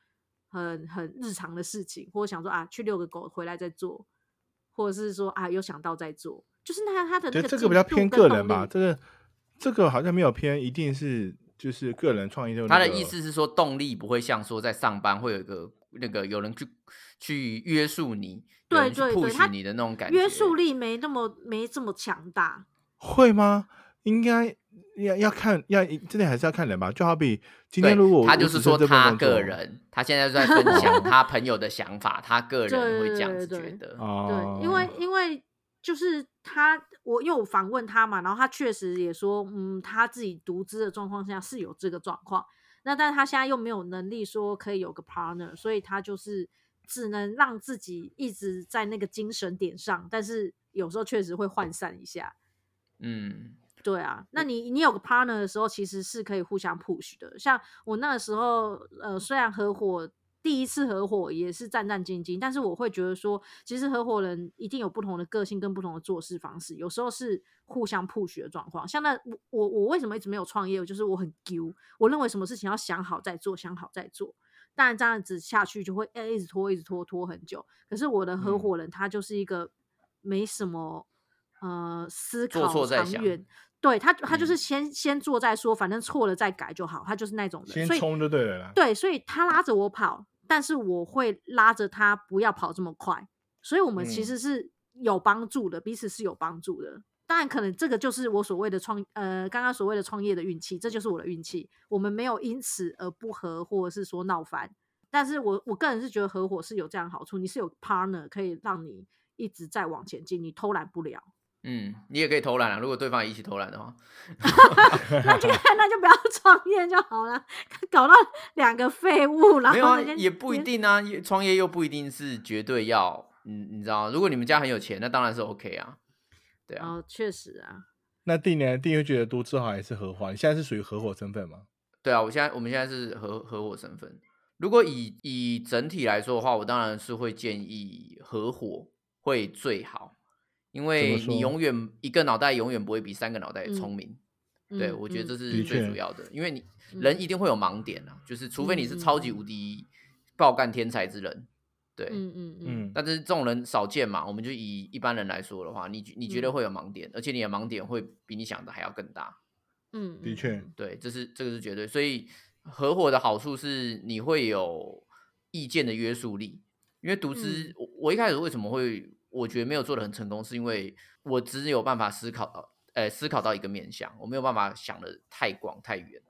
B: 很很日常的事情，或者想说啊，去遛个狗回来再做，或者是说啊，有想到再做，就是那他的那
A: 对，
B: 个
A: 这个
B: 进
A: 比较
B: 度
A: 偏
B: 跟
A: 个
B: 动
A: 人吧，
B: 力
A: 这个这个好像没有偏，一定是就是个人创意就、
C: 他的意思是说，动力不会像说在上班会有一个那个有人去去约束你，有
B: 对
C: 人去
B: 对对
C: push
B: 他
C: 你的那种感觉。
B: 约束力没那么没这么强大。
A: 会吗？应该要要看要真的还是要看人吧。就好比今天
C: 对
A: 如果我
C: 他就
A: 我只
C: 是说
A: 这份
C: 他
A: 工作哦
C: 个人，他现在就在分享他朋友的想法，他个人会这样子
B: 哦对
C: 觉
B: 对
C: 得。
A: 哦，
B: 对，因为因为就是他，我因为我访问他嘛，然后他确实也说，嗯，他自己独资的状况下是有这个状况，那但是他现在又没有能力说可以有个 partner，所以他就是只能让自己一直在那个精神点上，但是有时候确实会涣散一下。
C: 嗯，
B: 对啊，那你你有个 partner 的时候，其实是可以互相 push 的。像我那个时候，呃，虽然合伙第一次合伙也是战战兢兢，但是我会觉得说，其实合伙人一定有不同的个性跟不同的做事方式，有时候是互相 push 的状况。像那我我我为什么一直没有创业？就是我很丢，我认为什么事情要想好再做，想好再做。但这样子下去就会哎、一直拖，一直拖，拖很久。可是我的合
C: 嗯
B: 伙人他就是一个没什么呃思
C: 做
B: 考
C: 错再
B: 长
C: 想
B: 远，对他，他就
C: 嗯
B: 是先、先做再说，反正错了再改就好。他就是那种人，
A: 先
B: 所以
A: 冲就对了啦。
B: 对，所以他拉着我跑，但是我会拉着他不要跑这么快。所以我们其
C: 嗯
B: 实是有帮助的，彼此是有帮助的。当然，可能这个就是我所谓的创呃，刚刚所谓的创业的运气，这就是我的运气。我们没有因此而不和，或者是说闹翻。但是我我个人是觉得合伙是有这样的好处，你是有 partner 可以让你一直在往前进，你偷懒不了。
C: 嗯，你也可以偷懒啊，如果对方也一起偷懒的话，
B: 那 就那就不要创业就好了，搞到两个废物，然
C: 没有
B: 后
C: 啊，
B: 人家
C: 也不一
B: 连。
C: 定啊。也创业又不一定是绝对要，嗯，你知道，如果你们家很有钱，那当然是 OK 啊。对啊，
B: 哦，确实啊，
A: 那弟呢？弟会觉得独自好还是合伙？你现在是属于合伙身份吗？
C: 对啊，我现在我们现在是合合伙身份。如果以以整体来说的话，我当然是会建议合伙会最好，因为
A: 说
C: 你永远一个脑袋永远不会比三个脑袋
B: 嗯
C: 聪明。对，
B: 嗯
C: 我觉得这
B: 嗯
C: 是
A: 的
C: 最
A: 确
C: 主要的，因为你
B: 嗯
C: 人一定会有盲点啊，就是除非你是
B: 嗯嗯
C: 超级无敌爆干天才之人，对，
B: 嗯嗯嗯，
A: 嗯，
C: 但是这种人少见嘛，我们就以一般人来说的话，你你绝对
B: 嗯
C: 会有盲点，而且你的盲点会比你想的还要更大。
B: 嗯，
A: 的
B: 嗯
A: 确
B: 嗯
C: 对，这是这个是绝对。所以合伙的好处是你会有意见的约束力，因为独资，
B: 嗯
C: 我我一开始为什么会我觉得没有做的很成功，是因为我只有办法思考到，呃，思考到一个面向，我没有办法想的太广太远。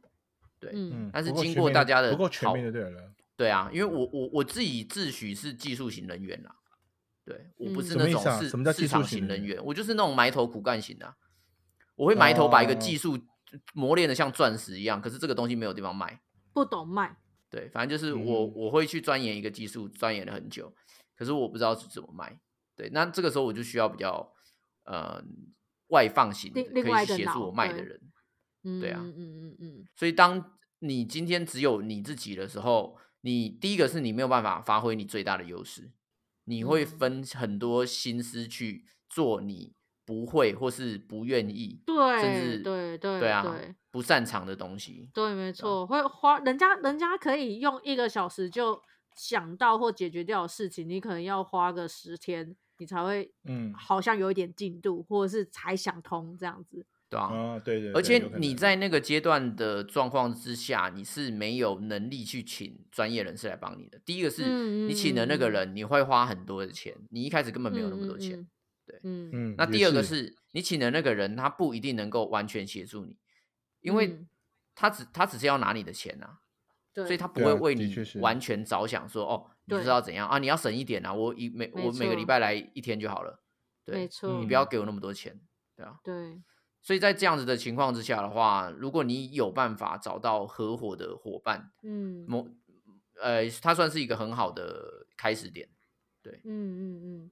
C: 对
B: 嗯
A: 嗯，
C: 但是
A: 不够
C: 经
A: 全
C: 过
A: 面
C: 大家的
A: 不够全
C: 讨
A: 面就对了，
C: 对啊，因为
A: 嗯
C: 我我我自己自诩是技术型人员啦，对我不
B: 嗯
C: 是
B: 什
C: 那
A: 么意
C: 种
A: 思啊
C: 市、
A: 什么叫技
C: 市场
A: 术型
C: 型
A: 人
C: 人
A: 员
C: 员，我就是那种埋头苦干型的啊、我会埋头把一个
A: 哦
C: 技术呃磨练的像钻石一样，可是这个东西没有地方卖。
B: 不懂卖，
C: 对，反正就是我、
A: 嗯
C: 我会去钻研一个技术，钻研了很久，可是我不知道是怎么卖。对，那这个时候我就需要比较呃外放型的，
B: 另另
C: 可
B: 外
C: 以
B: 一个
C: 协助
B: 脑
C: 我卖的
B: 对
C: 人。
B: 嗯，
C: 对啊
B: 嗯嗯嗯嗯
C: 所以当你今天只有你自己的时候，你第一个是你没有办法发挥你最大的优势，你会
B: 嗯
C: 分很多心思去做你不会或是不愿意，
B: 对
C: 至
B: 对对
C: 对啊
B: 对
C: 不擅长的东西。
B: 对，没错，会花人家人家可以用一个小时就想到或解决掉的事情，你可能要花个十天，你才会
A: 嗯
B: 好像有一点进度，或者是才想通这样子。
C: 对啊，
A: 啊，对对，
C: 而
A: 对
C: 且
A: 有可
C: 你
A: 能
C: 在那个阶段的状况之下，你是没有能力去请专业人士来帮你的。第一个是
B: 嗯
C: 你请的那
B: 嗯
C: 个
B: 嗯
C: 人，你会花很多的钱，你一开始根本没有那么多钱。
B: 嗯，
C: 对
B: 嗯嗯
A: 嗯，
C: 那
A: 也
C: 第二个是你请的那个人，他不一定能够完全协助你，因为
B: 嗯
C: 他只他只是要拿你的钱啊，
B: 对，
C: 所以他不
A: 对
C: 会
A: 啊
C: 为
A: 的
C: 你
A: 确是
C: 完全着想说，哦，你就
B: 对
C: 知道怎样啊，你要省一点啊，我一每
B: 没
C: 我每个礼
B: 错
C: 拜来一天就好了，
B: 没
C: 对，嗯
B: 错，
C: 你不要给我那么多钱，对啊，
B: 对，
C: 所以在这样子的情况之下的话，如果你有办法找到合伙的伙伴，
B: 嗯嗯
C: 某呃，他算是一个很好的开始点，
B: 嗯嗯，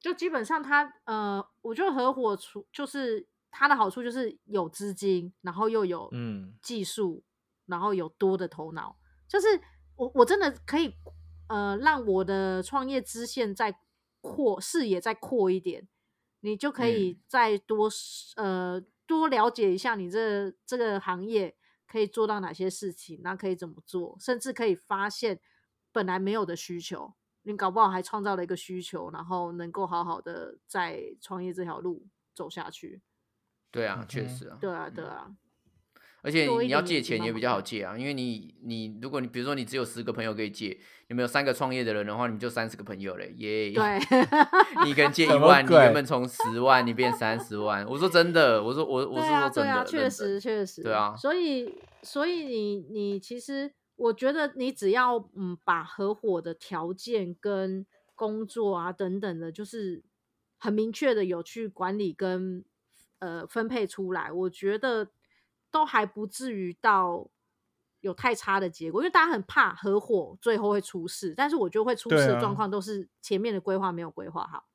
B: 就基本上他呃，我觉得合伙处就是它的好处就是有资金，然后又有
A: 嗯
B: 技术，然后有多的头脑，就是我我真的可以呃让我的创业支线再扩视野再扩一点，你就可以再多、呃多了解一下你这这个行业可以做到哪些事情，那可以怎么做，甚至可以发现本来没有的需求。你搞不好还创造了一个需求，然后能够好好的在创业这条路走下去。
C: 对啊，确
A: 嗯哼
C: 实啊，
B: 对啊，对
C: 嗯
B: 啊，
C: 而且
B: 多一
C: 你要
B: 点
C: 借
B: 也是
C: 钱
B: 蛮
C: 也
B: 好
C: 比较好
B: 的
C: 借啊，因为你你如果你比如说你只有十个朋友可以借，你们有三个创业的人的话，你们就三十个朋友嘞，耶、
B: 对，
C: 你一个人借一
A: 什么
C: 万，你
A: 鬼
C: 原本从十万你变三十万，我说真的，我说我我
B: 对
C: 是
B: 啊，
C: 说
B: 对
C: 真的，
B: 啊，
C: 认
B: 确
C: 真
B: 实确实，
C: 啊
B: 所以所以你你其实，我觉得你只要嗯把合伙的条件跟工作啊等等的，就是很明确的有去管理跟呃分配出来，我觉得都还不至于到。有太差的结果，因为大家很怕合伙最后会出事，但是我觉得会出
A: 对
B: 事的
A: 啊
B: 状况都是前面的规划没有规划好。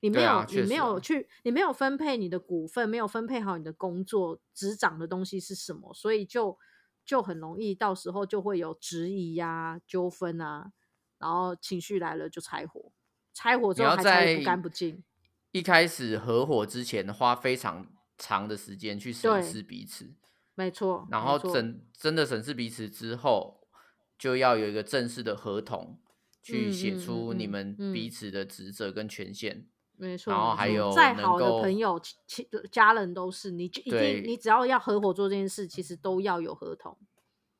B: 你没
C: 对
B: 有，
C: 啊
B: 你
C: 确
B: 没
C: 实
B: 有
C: 啊
B: 去，你没有分配你的股份，没有分配好你的工作执掌的东西是什么，所以就就很容易到时候就会有质疑呀、纠纷啊，然后情绪来了就拆伙，拆伙之
C: 你
B: 后
C: 要
B: 还拆
C: 在
B: 得不干不净，
C: 一开始合伙之前花非常长的时间去审
B: 对
C: 视彼此，
B: 没错。
C: 然
B: 没
C: 后
B: 错
C: 真真的审视彼此之后，就要有一个正式的合同。去
B: 嗯
C: 写
B: 嗯嗯
C: 出你
B: 嗯
C: 们彼
B: 嗯
C: 此的职责跟权限，
B: 没错，
C: 然后
B: 没
C: 还
B: 错
C: 有
B: 再
C: 能
B: 好的
C: 够
B: 朋友、亲亲家人都是，你就一
C: 对
B: 定，你只要要合伙做这件事，其实都要有合同。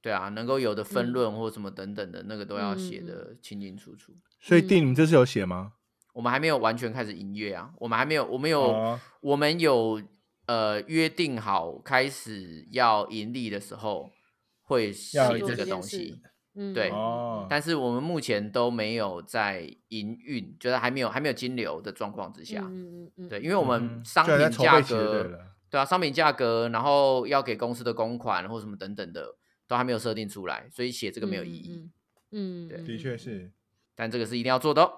C: 对啊，能够有的分
B: 嗯
C: 论或什么等等的、那个都要写
B: 嗯嗯嗯
C: 的清清楚楚。
A: 所以
B: 嗯
A: 电影这是有写吗？
C: 我们还没有完全开始营业啊，我们还没有，我们有，
A: 哦
C: 我们有呃约定好开始要盈利的时候会写
A: 要有
C: 这
A: 这
C: 个
B: 件
C: 东
B: 事
C: 西，
B: 嗯，
C: 对
A: 哦，
C: 但是我们目前都没有在营运，就是还没有还没有金流的状况之
B: 嗯
C: 下，
B: 嗯嗯嗯，
C: 啊对，因为我
A: 嗯
C: 们
A: 哼
C: 商
A: 就还在
C: 品
A: 筹
C: 价
A: 备期就对
C: 格，
A: 了
C: 对啊，商品价格，然后要给公司的公款或什么等等的，都还没有设定出来，所以写这
B: 这
C: 个没有意义，。
B: 嗯，嗯
C: 对
B: 嗯
A: 的
B: 嗯
A: 确
B: 嗯
A: 是，
C: 但这个是一定要做的、哦。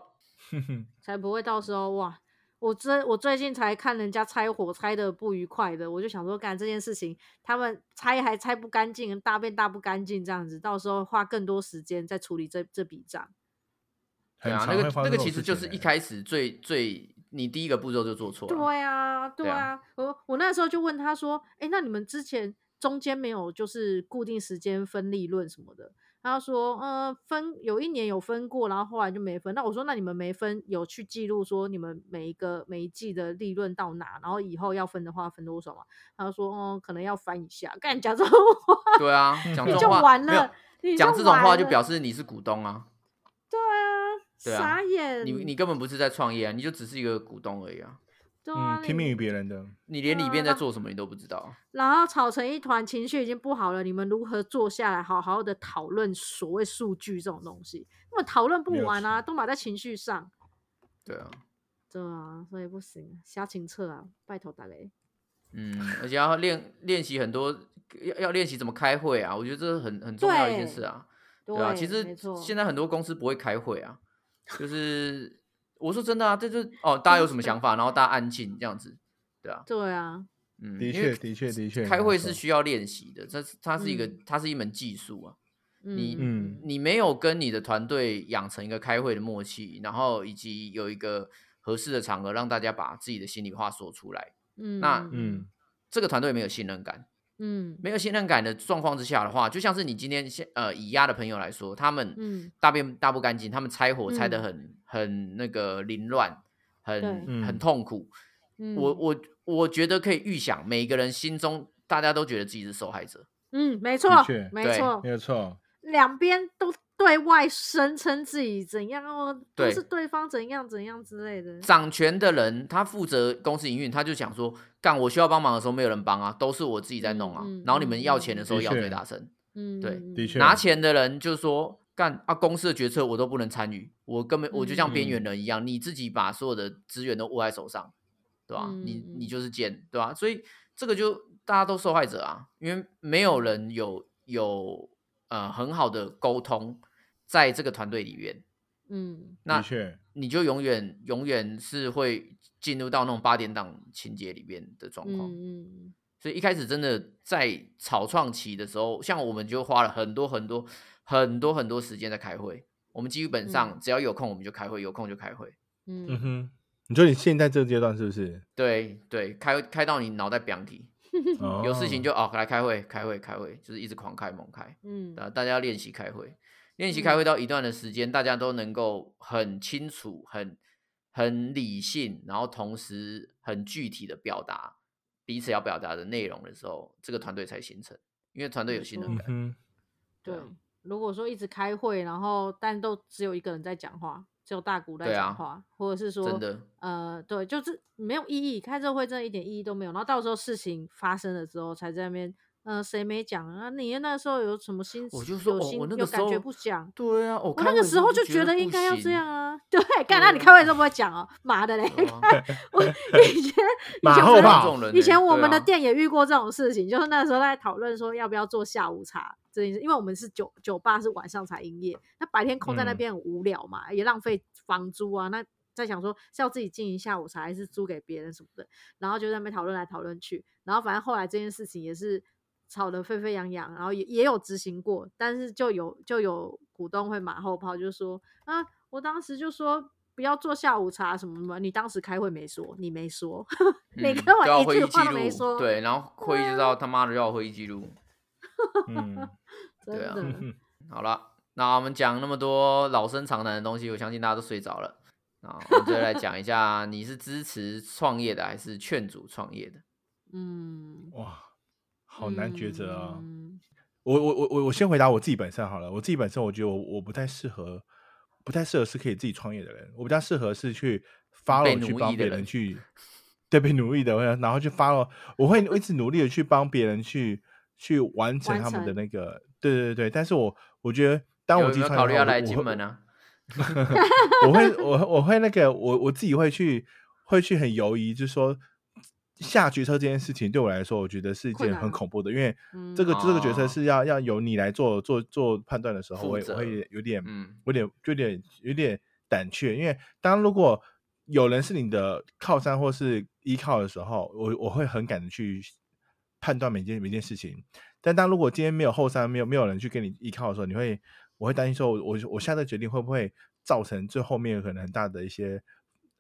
A: 哼哼
B: 才不会到时候哇，我最我最近才看人家拆火拆的不愉快的，我就想说，干这件事情，他们拆还拆不干净，大便大不干净，这样子，到时候花更多时间再处理这这笔账。
C: 对
A: 很
C: 啊，
A: 常
C: 那
A: 会
C: 个
A: 发
C: 那
A: 生
C: 个
A: 这种
C: 其实
A: 事
C: 就是
A: 情
C: 一
A: 欸
C: 开始最最你第一个步骤就做错了。
B: 对啊，对
C: 对
B: 啊
C: 啊，
B: 我我那时候就问他说：“哎，那你们之前中间没有就是固定时间分利润什么的？”他就说：“嗯，分有一年有分过，然后后来就没分。”那我说：“那你们没分，有去记录说你们每一个每一季的利润到哪，然后以后要分的话分多少嘛？”他就说：“哦、可能要翻一下。”干讲这种 话
C: 对啊， 讲
B: 你
C: 这
B: 就
C: 种话
B: 完
C: 没有
B: 了，你
C: 讲这种话就表
B: 示
C: 示你是股东啊，
B: 对啊，
C: 对啊
B: 傻眼，
C: 你你根本不是在创业啊，你就只是一个股东而已啊，
B: 对啊，
A: 嗯，
B: 你
A: 听命于别人的，
C: 你连里边
B: 啊
C: 在做什么你都不知道。
B: 然后吵成一团，情绪已经不好了，你们如何坐下来好好的讨论所谓数据这种东西？根本讨论不
A: 没有
B: 完啊，
A: 错
B: 都码在情绪上，
C: 对啊，
B: 对啊，所以不行，瞎情测啊，拜托大雷。
C: 嗯，而且要练练习很多，要要练习怎么开会啊，我觉得这是很很重要的一件
B: 对
C: 事啊。
B: 对
C: 啊，其
B: 没
C: 实
B: 错，
C: 现在很多公司不会开会啊，就是 我说真的啊，这就哦，大家有什么想法，然后大家安静这样子，对啊，
B: 对啊，
C: 嗯，
A: 的
C: 因为
A: 确的确的确
C: 开
A: 没
C: 会
A: 错
C: 是需要练习的，这是它是一个
B: 嗯
C: 它是一门技术啊，你
B: 嗯
A: 嗯
C: 你没有跟你的团队养成一个开会的默契，然后以及有一个合适的场合让大家把自己的心里话说出来，
B: 嗯
C: 那
A: 嗯，
C: 这个团队没有信任感，
B: 嗯
C: 没有信任感的状况之下的话，就像是你今天先呃以压的朋友来说，他
B: 嗯
C: 们大便大不干净，他们拆火拆
B: 嗯
C: 的很、很那个凌乱，
B: 对
C: 很很
A: 嗯
C: 痛苦。
B: 嗯，
C: 我我我觉得可以预想，每个人心中大家都觉得自己是受害者，
B: 嗯，没错
A: 的确，
B: 没
C: 对
B: 错
A: 嗯没，有错，
B: 两边都对外声称自己怎样哦，都
C: 对
B: 是对方怎样怎样之类的，
C: 掌权的人他负责公司营运，他就想说，干我需要帮忙的时候没有人帮啊，都是我自己在弄啊。
B: 嗯嗯
C: 然后你
B: 嗯
C: 们要钱的时候
A: 的
C: 要
A: 确
C: 最大声，
B: 嗯，
C: 对
B: 嗯
A: 的
B: 嗯
A: 确
C: 拿钱的人就说干啊，公司的决策我都不能参与，我根本我就像边缘
A: 嗯
C: 人一样，你自己把所有的资源都握在手上，对吧、你
B: 嗯嗯
C: 你
B: 嗯
C: 就是贱，对吧、所以这个就大家都受害者啊，因为
B: 嗯
C: 没有人有有呃很好的沟通在这个团队里面，
B: 嗯，
A: 的
C: 那
A: 确，
C: 你就永远永远是会进入到那种八点档情节里面的状
B: 嗯
C: 况。
B: 嗯嗯。
C: 所以一开始真的在草创期的时候，像我们就花了很多很多很多很多时间在开会。我们基本上
B: 嗯
C: 只要有空我们就开会，有空就开会。
B: 嗯
A: 嗯哼，你说你现在这个阶段是不是？
C: 对对，开开到你脑袋 b 体，
A: 哦
C: 有事情就哦来开会，开会，开会，就是一直狂开猛开。
B: 嗯
C: 啊，大家要练习开会，练习开会到一段的时间，大家都能够很清楚、很很理性，然后同时很具体的表达彼此要表达的内容的时候，这个团队才形成，因为团队有信任
A: 嗯
C: 感。
A: 哼，
B: 对
C: 啊，
B: 如果说一直开会，然后但都只有一个人在讲话，只有大股在
C: 对
B: 讲
C: 啊
B: 话，或者是说
C: 真的，
B: 呃，对，就是没有意义，开这个会真的一点意义都没有。然后到时候事情发生了之后，才在那边，呃，谁没讲啊？你那时候有什么心？
C: 我就说
B: 有
C: 哦
B: 心、
C: 我那
B: 有
C: 个时
B: 感
C: 候
B: 觉不讲。
C: 对啊，我
B: 我
C: 开
B: 那
C: 会
B: 个
C: 的
B: 时候就
C: 觉
B: 觉得
C: 不
B: 应该要这
C: 行
B: 样。啊， 对，干那你开会都不会讲哦，妈的嘞！
C: 对啊
B: 我以前 以
A: 马
B: 前
A: 后
B: 我们
A: 炮
C: 这种人呢，
B: 以前我
C: 对
B: 们的
C: 啊
B: 店也遇过这种事情，就是那时候在讨论说要不要做下午茶这件事，因为我们是酒酒吧是晚上才营业，那白天空在那
A: 嗯
B: 边很无聊嘛，也浪费房租啊，那。在想说是要自己经营下午茶，还是租给别人什么的，然后就在那边讨论来讨论去，然后反正后来这件事情也是吵得沸沸扬扬，然后也也有执行过，但是就有就有股东会马后炮，就说啊，我当时就说不要做下午茶什么什么，你当时开会没说，你没说， 你
C: 嗯
B: 跟
C: 都要
B: 我一
C: 会
B: 句
C: 议记
B: 话都没
C: 录
B: 说，啊
C: 对，然后会议就知道他妈的要有会议记录。
A: 嗯，
B: 真
C: 对啊
B: 的，
A: 嗯
C: 好了，那我们讲那么多老生常谈的东西，我相信大家都睡着了。啊，我们就来讲一下，你是支持创业的还是劝阻创业的？
B: 嗯，
A: 哇，好难抉择啊！
B: 嗯
A: 我我我我我先回答我自己本身好了，我自己本身我觉得我我不太适合，不太适合是可以自己创业的人，我比较适合是去 follow
C: 嗯奴
A: 去
C: 役
A: 帮
C: 的
A: 别人
C: 人
A: 去，对，被奴役的，然后去 follow，我会一直努力的去帮别人去去完成
B: 完
A: 他们的
B: 成
A: 那个，对对对，但是我我觉得当我
C: 有
A: 自
C: 没
A: 己
C: 有
A: 创业
C: 考虑
A: 的话
C: 要
A: 我
C: 来
A: 我
C: 金
A: 会
C: 门啊？
A: 我会我我会那个我我自己会去会去很犹疑，就是说下决策这件事情对我来说，我觉得是一
B: 困
A: 件
B: 难
A: 很
B: 啊
A: 恐怖的，因为
B: 嗯
A: 这个、这个决策
C: 哦
A: 是要要由你来做做做判断的时候，
C: 负
A: 我也我
C: 责
A: 会有点
C: 嗯，
A: 有点有点有点胆怯，因为当如果有人是你的靠山或是依靠的时候，我我会很敢的去判断每件每件事情。但当如果今天没有后山，没有没有人去给你依靠的时候，你会我会担心说我，我我下的决定会不会造成最后面可能很大的一些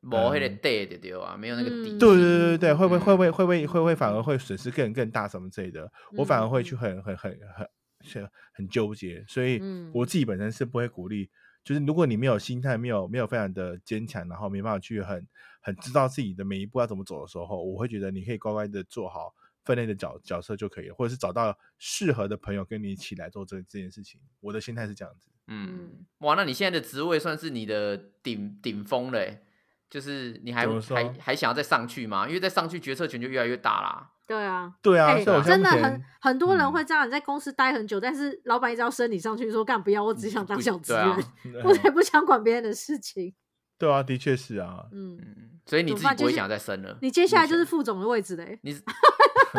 C: 没那个
A: 嗯
C: 底的对啊，没有那个底。
B: 嗯
A: 对对对对对，会不会
C: 嗯
A: 会不会会不会会不会反而会损失更更大什么之类的？我反而会去
B: 嗯
A: 很很很很很很纠结，所以
B: 嗯
A: 我自己本身是不会鼓励。就是如果你没有心态，没有没有非常的坚强，然后没办法去很很知道自己的每一步要怎么走的时候，我会觉得你可以乖乖的做好分内的角角色就可以了，或者是找到适合的朋友跟你一起来做这这件事情。我的心态是这样子。
C: 嗯，哇，那你现在的职位算是你的顶顶峰嘞、就是你还
A: 怎么说
C: 还还想要再上去吗？因为再上去决策权就越来越大啦。
B: 对啊，
A: 对啊，
B: 哎
A: 所以我现在
B: 真
A: 目
B: 的
A: 前
B: 很很多人
A: 嗯
B: 会这样，你在公司待很久，但是老板一直要升你上去，说干不要，我只想当
C: 不
B: 小职
C: 对
B: 员
C: 啊，
B: 我才不想管别人的事情。
A: 对啊，的确是啊，
B: 嗯，
C: 嗯，所以你
B: 怎么
C: 自己
B: 办
C: 不会
B: 就是
C: 想再升了。
B: 你接下来就是
C: 目前
B: 副总的位置嘞，
C: 你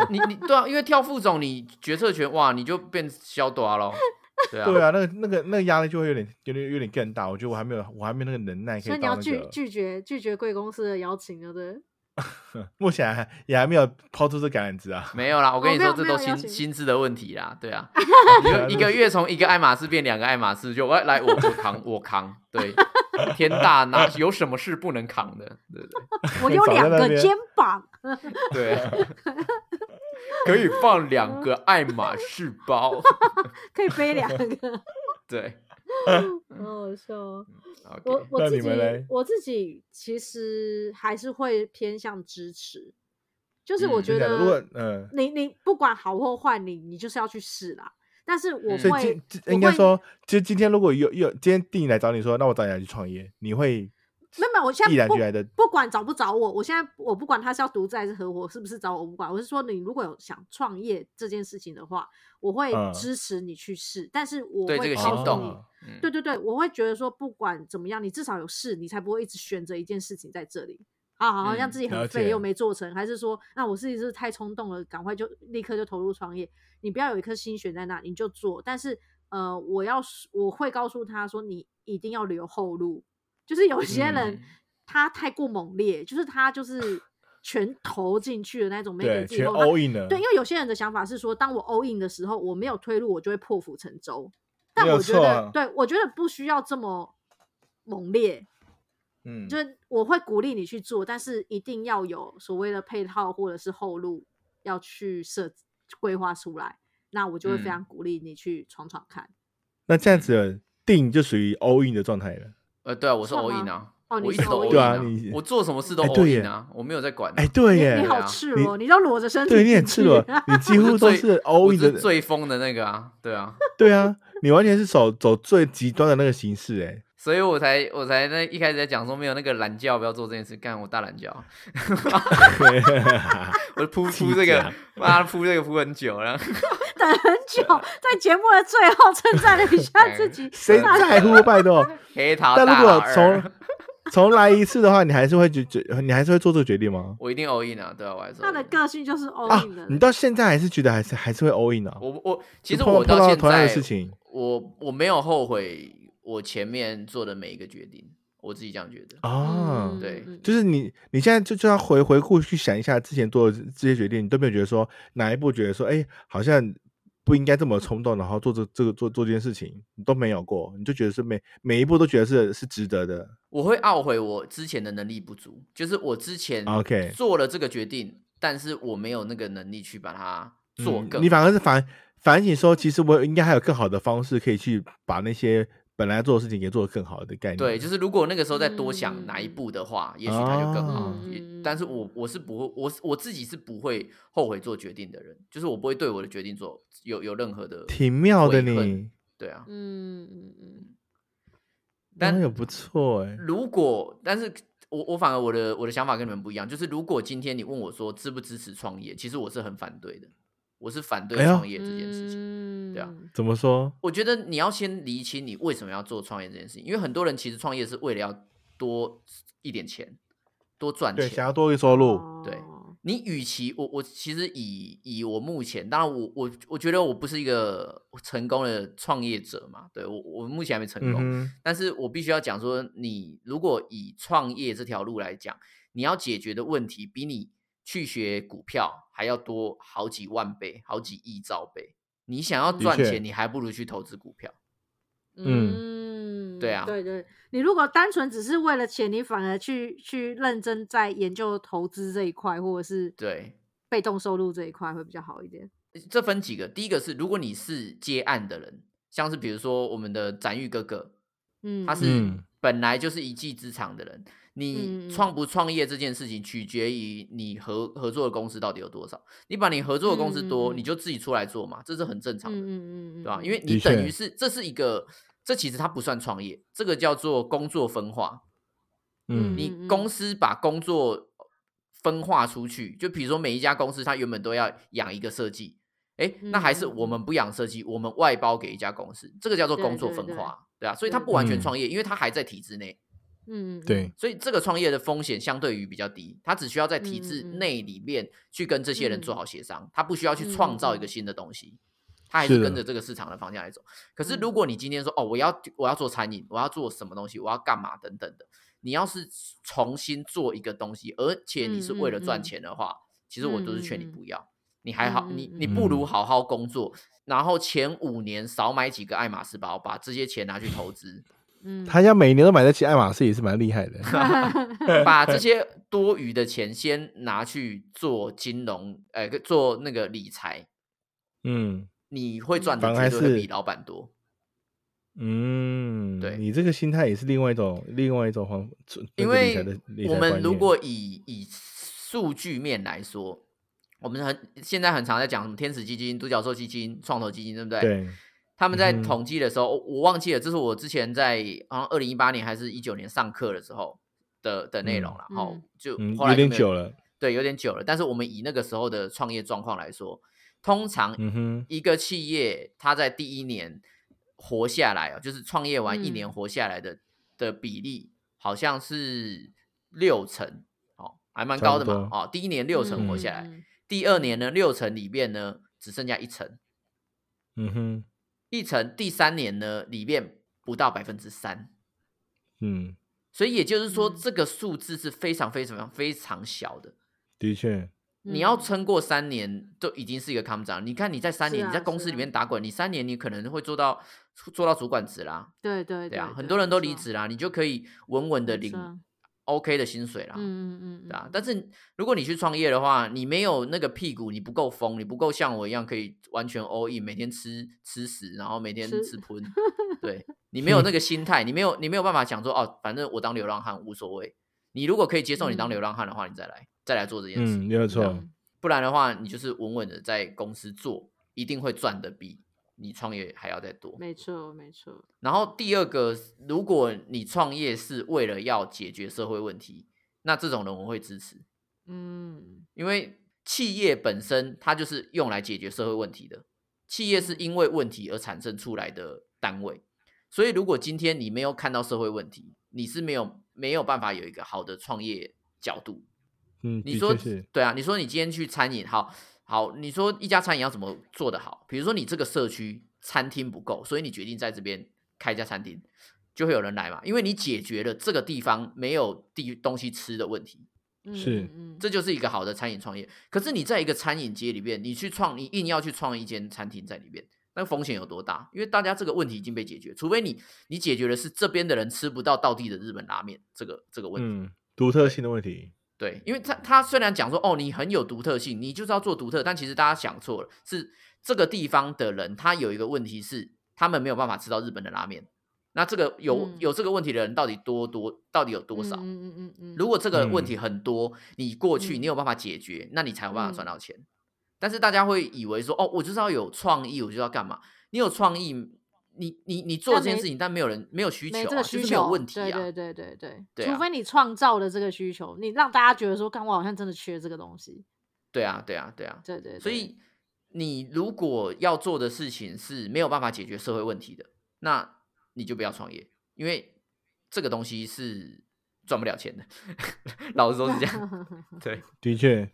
C: 你你对啊，因为跳副总，你决策权哇，你就变小朵了。对啊，
A: 对啊，那个那个那个压力就会有点有点有点更大。我觉得我还没有我还没有那个能耐可
B: 所以
A: 以
B: 你要
A: 到那
B: 拒
A: 个，
B: 拒绝拒绝贵公司的邀请，对不 对？
A: 目前还也还没有抛出这橄榄枝啊。
C: 没有啦，我跟
B: 哦
C: 你
B: 没有
C: 说，这
B: 没有
C: 都
B: 邀
C: 薪
B: 请
C: 薪资的问题啦。对 啊，你就一个月从一个爱马仕变两个爱马仕，就哎来我我扛我扛，对，天大哪有什么事不能扛的？对对
B: 我有
A: 早在
B: 两
A: 那
B: 个
A: 边
B: 肩膀，
C: 对啊， 可以放两个爱马仕包，
B: 可以背 两个，
C: 对
B: 好好笑哦。我
C: ，OK，
A: 那
B: 我自
A: 你
B: 己
A: 们嘞
B: 我自己其实还是会偏向支持，就是我
C: 嗯
B: 觉
A: 真的假的
B: 得
A: 如果嗯，
B: 你你不管好或坏，你你就是要去试啦。但是我
C: 嗯
A: 所以
B: 会
A: 今，今
B: 我
A: 应该
B: 会
A: 说，其实今天如果有有今天弟弟来找你说，那我找你来去创业，你会
B: 没有没有，我现
A: 毅
B: 在
A: 然
B: 不
A: 决然的
B: 不管找不找我，我现在我不管他是要独自还是合伙，是不是找我我不管，我是说你如果有想创业这件事情的话，我会
A: 嗯
B: 支持你去试，但是我
C: 对这
B: 会
C: 个
B: 告诉
C: 行
B: 你，
C: 动
A: 哦，
C: 嗯
B: 对对对，我会觉得说不管怎么样，你至少有试，你才不会一直选择一件事情在这里。啊，好像
C: 嗯
B: 自己
A: 了
B: 很废又
A: 解
B: 没做成，还是说，那我自己是不是太冲动了，赶快就立刻就投入创业？你不要有一颗心悬在那，你就做。但是，呃，我要是我会告诉他说，你一定要留后路。就是有些人、
C: 嗯
B: 他太过猛烈，就是他就是全投进去的那种，没给
A: 对
B: 自己
A: 全
B: 后路
A: all in 了，
B: 对，因为有些人的想法是说，当我 all in 的时候，我没有退路，我就会破釜沉舟。但
A: 没有
B: 我觉得
A: 错，啊
B: 对我觉得不需要这么猛烈，
A: 嗯，
B: 就是我会鼓励你去做，但是一定要有所谓的配套或者是后路要去设规划出来。那我就会非
C: 嗯
B: 常鼓励你去闯闯看。
A: 那这样子定就属于 all in 的状态了。
C: 呃，对啊，我是
B: 算
C: all
B: 吗
C: in 啊，
B: 哦你
C: 我一
B: 是
C: 直都
A: in
B: all
C: all
A: 对
C: in
A: 啊
C: 啊
A: 你，
C: 我做什么事都
A: 哎对
C: all
A: 耶
C: in 啊，我没有在管，
A: 哎，对耶
B: 你，
C: 对
B: 好
C: 啊
B: 赤
A: 你
B: 裸，你都裸着身体，
A: 对你很赤 裸，你几乎都是 all
C: 我
A: in
C: 是
A: 的，
C: 最疯的那个啊，对啊，
A: 对啊，你完全是走走最极端的那个形式，哎，
C: 所以我才我才那一开始在讲说没有那个懒觉不要做这件事，干我 大懒觉，
A: 对
C: 我铺
A: 气
C: 铺这个
A: 假，
C: 妈铺这个铺很久了，，
B: 等很久，在节目的最后称赞了一 下自己
A: 哎 谁在乎？拜托，
C: 黑桃
A: 但
C: 大
A: 如果
C: 老二
A: 重重来一次的话，你还是会决决，你还是会做这个决定吗？
C: 我一定 all in 啊，对啊，我还说
B: 他的个性就是 all
A: 啊
B: in 的，人。
A: 你到现在还是觉得还是还是会 all in 啊？
C: 我我其实
A: 碰到
C: 我到
A: 碰到
C: 现
A: 同样的
C: 在
A: 事情，
C: 我我没有后悔我前面做的每一个决定，我自己这样觉得，
A: 啊，
B: 嗯
C: 对
B: 嗯
A: 就是你你现在就就要回回顾去想一下之前做的这些决定，你都没有觉得说哪一步觉得说，哎、好像不应该这么冲动，然后做这这个做做这件事情，你都没有过，你就觉得是每每一步都觉得是是值得的。
C: 我会懊悔我之前的能力不足，就是我之前
A: OK
C: 做了这个决定，但是我没有那个能力去把它做
A: 嗯
C: 更好。
A: 你反而是反反省说，其实我应该还有更好的方式可以去把那些本来做的事情给做得更好的概念。
C: 对，就是如果那个时候再多想哪一
B: 嗯
C: 步的话，也许它就更好
A: 哦。
C: 也
B: 嗯
C: 但是我我是不会，我是我自己是不会后悔做决定的人，就是我不会对我的决定做有有任何的
A: 挺妙的
C: 悔恨
A: 你，
C: 对啊。
B: 嗯嗯嗯，
A: 那
C: 但嗯
A: 也不错哎、
C: 如果，但是我我反而我的我的想法跟你们不一样，就是如果今天你问我说支不支持创业，其实我是很反对的，我是反对
A: 哎呦
C: 创业这件事情。
B: 情
C: 对啊，
A: 怎么说？
C: 我觉得你要先厘清你为什么要做创业这件事情，因为很多人其实创业是为了要多一点钱，多赚
A: 对，
C: 钱。
A: 想要多一个收入，
B: 哦
C: 对你与其我我其实以以我目前，当然我我我觉得我不是一个成功的创业者嘛，对我我目前还没成
A: 嗯
C: 功，
A: 哼，
C: 但是我必须要讲说，你如果以创业这条路来讲，你要解决的问题比你去学股票还要多好几万倍、好几亿兆倍。你想要
B: 的
C: 赚
A: 确
C: 钱，你还不如去投资股票。
B: 嗯，
C: 对啊
B: 对对，你如果单纯只是为了钱，你反而去去认真在研究投资这一块，或者是
C: 对，
B: 被动收入这一块会比较好一点。
C: 这分几个，第一个是如果你是接案的人，像是比如说我们的展玉哥哥，
B: 嗯，
C: 他是
A: 嗯
C: 本来就是一技之长的人，
B: 嗯嗯
C: 你
B: 嗯
C: 创不创业这件事情取决于你合合作的公司到底有多少。你把你合作的公司
B: 嗯嗯
C: 多，
B: 嗯
C: 你就自己出来做嘛，这是很正
B: 嗯
C: 常的，
B: 嗯嗯嗯，
C: 对吧？啊
B: 嗯
C: 因为
A: 的
C: 你等
A: 确
C: 于是这是一个，这其实它不算创业，这个叫做工作分化。
A: 嗯
B: 嗯
C: 你公司把工作分化出去，就比如说每一家公司它原本都要养一个设计，哎，那还是
B: 嗯嗯
C: 我们不养设计，我们外包给一家公司，这个叫做
B: 对
C: 工作
B: 对
C: 分
B: 对
C: 化，对啊，所以
B: 对
C: 它不完全
A: 对
C: 创业，因为它还在体制内。
B: 嗯，嗯嗯
A: 对，
C: 所以这个创业的风险相对于比较低，他只需要在体制
B: 嗯嗯嗯
C: 内里面去跟这些人做好协商，他不需要去
B: 嗯
C: 创
B: 嗯
C: 造一个
B: 嗯
C: 新的东西，他还
A: 是
C: 是
A: 的
C: 跟着这个市场的方向来走。可是
B: 嗯
C: 如果你今天说哦，我要我要做餐饮，我要做什么东西，我要干嘛等等的，你要是重新做一个东西，而且你是为
B: 嗯
C: 了
B: 嗯
C: 赚
B: 嗯
C: 钱的话，其实我都是劝你
B: 嗯嗯嗯
C: 不要。你还好，
B: 嗯嗯
C: 你
B: 嗯
C: 你不如
A: 嗯
C: 好好工作，然后前五年少买几个爱马仕包，把这些钱拿去投资，
B: 嗯，
A: 他家每年都买得起爱马仕，也是蛮厉害的。
C: 把这些多余的钱先拿去做金融，呃，做那个理财，
A: 嗯
C: 你会赚的
A: 反而
C: 绝对会
A: 是
C: 比老板多。
A: 嗯，
C: 对
A: 你这个心态也是另外一种另外一种方，那
C: 因
A: 个理财
C: 为
A: 的理
C: 我
A: 财
C: 们
A: 观
C: 如
A: 念
C: 果以以数据面来说，我们很现在很常在讲什么天使基金、独角兽基金、创投基金，对不对？
A: 对
C: 他们在
A: 嗯哼
C: 统计的时候，我我忘记了，这是我之前在好像二零一八年还是一九年上课的时候的的内容了。
B: 嗯
C: 好、
B: 嗯
C: 就
A: 嗯
C: 后
A: 有
C: 来就
A: 点
C: 没
A: 久了，
C: 对，有点久了。但是我们以那个时候的创业状况来说，通常
A: 嗯哼
C: 一个企业它在第一年活下来哦，就是创业完一年
B: 嗯
C: 活下来的、的比例，好像是六成，哦，还蛮
A: 差
C: 高
A: 不
C: 的嘛，
A: 多
C: 哦，第一年六成活下来，
B: 嗯
C: 第二年呢六成里面呢只剩下一成，
A: 嗯哼
C: 一成第三年呢里面不到百分之三，
A: 嗯，
C: 所以也就是说
B: 嗯
C: 这个数字是非常非常非常小的。
A: 的确，
C: 你要
B: 嗯
C: 撑过三年，都已经是一个康长。你看你在三
B: 是
C: 年，你在
B: 啊
C: 公
B: 是
C: 司里
B: 啊
C: 面打滚，你三年你可能会做到做到主管职啦，
B: 嗯对对
C: 对啊，很多人都离，职啦，你就可以稳稳的
B: 没
C: 领
B: 错
C: OK 的薪水啦，
B: 没错嗯嗯嗯，
C: 对啊
B: 嗯。
C: 但是如果你去创业的话，你没有那个屁股，你不够疯，你不够像我一样可以完全 all in，每天吃吃屎，然后每天
B: 吃
C: 吃喷，对你没有那个心态，你没有你没有办法想说哦，反正我当流浪汉无所谓。你如果可以接受你当
B: 嗯
C: 流浪汉的话，你再来再来做这件事。
A: 嗯，没有错，
B: 嗯
C: 不然的话，你就是稳稳的在公司做，一定会赚的比你创业还要再多。
B: 没错没错，
C: 然后第二个，如果你创业是为了要解决社会问题，那这种人我会支持，
B: 嗯
C: 因为企业本身它就是用来解决社会问题的，企业是因为问题而产生出来的单位。所以，如果今天你没有看到社会问题，你是没有没有办法有一个好的创业角度。
A: 嗯，
C: 你
A: 的
C: 说
A: 确是，
C: 对啊，你说你今天去餐饮，好好，你说一家餐饮要怎么做得好？比如说你这个社区餐厅不够，所以你决定在这边开一家餐厅，就会有人来嘛，因为你解决了这个地方没有地东西吃的问题，
B: 嗯
A: 是
B: 嗯嗯
C: 这就是一个好的餐饮创业。可是你在一个餐饮街里面，你去创，你硬要去创一间餐厅在里面。那风险有多大？因为大家这个问题已经被解决，除非你你解决的是这边的人吃不到道地的日本拉面这个这个问题，
A: 嗯，独特性的问题，
C: 对，因为他他虽然讲说哦，你很有独特性，你就是要做独特，但其实大家想错了，是这个地方的人他有一个问题是他们没有办法吃到日本的拉面。那这个有、
B: 嗯
C: 有这个问题的人到底多多到底有多少？
B: 嗯嗯嗯嗯，
C: 如果这个问
A: 嗯
C: 题很多，你过去
B: 嗯
C: 你有办法解决，那你才有办法
B: 嗯
C: 赚到钱。但是大家会以为说哦，我就是要有创意，我就要干嘛？你有创意，你你你做
B: 但
C: 这件
B: 没
C: 事情，但没有人没有需求、啊，
B: 没这个
C: 就是
B: 需
C: 没
B: 求
C: 有问题啊。
B: 对对对对
C: 对
B: 除
C: 啊
B: 非你创造了这个需求，你让大家觉得说，干我好像真的缺这个东西，
C: 对啊，对啊，对啊。
B: 对对，
C: 所
B: 对
C: 以你如果要做的事情是没有办法解决社会问题的，那你就不要创业，因为这个东西是赚不了钱的， 老实说是这 样。对
A: 的确，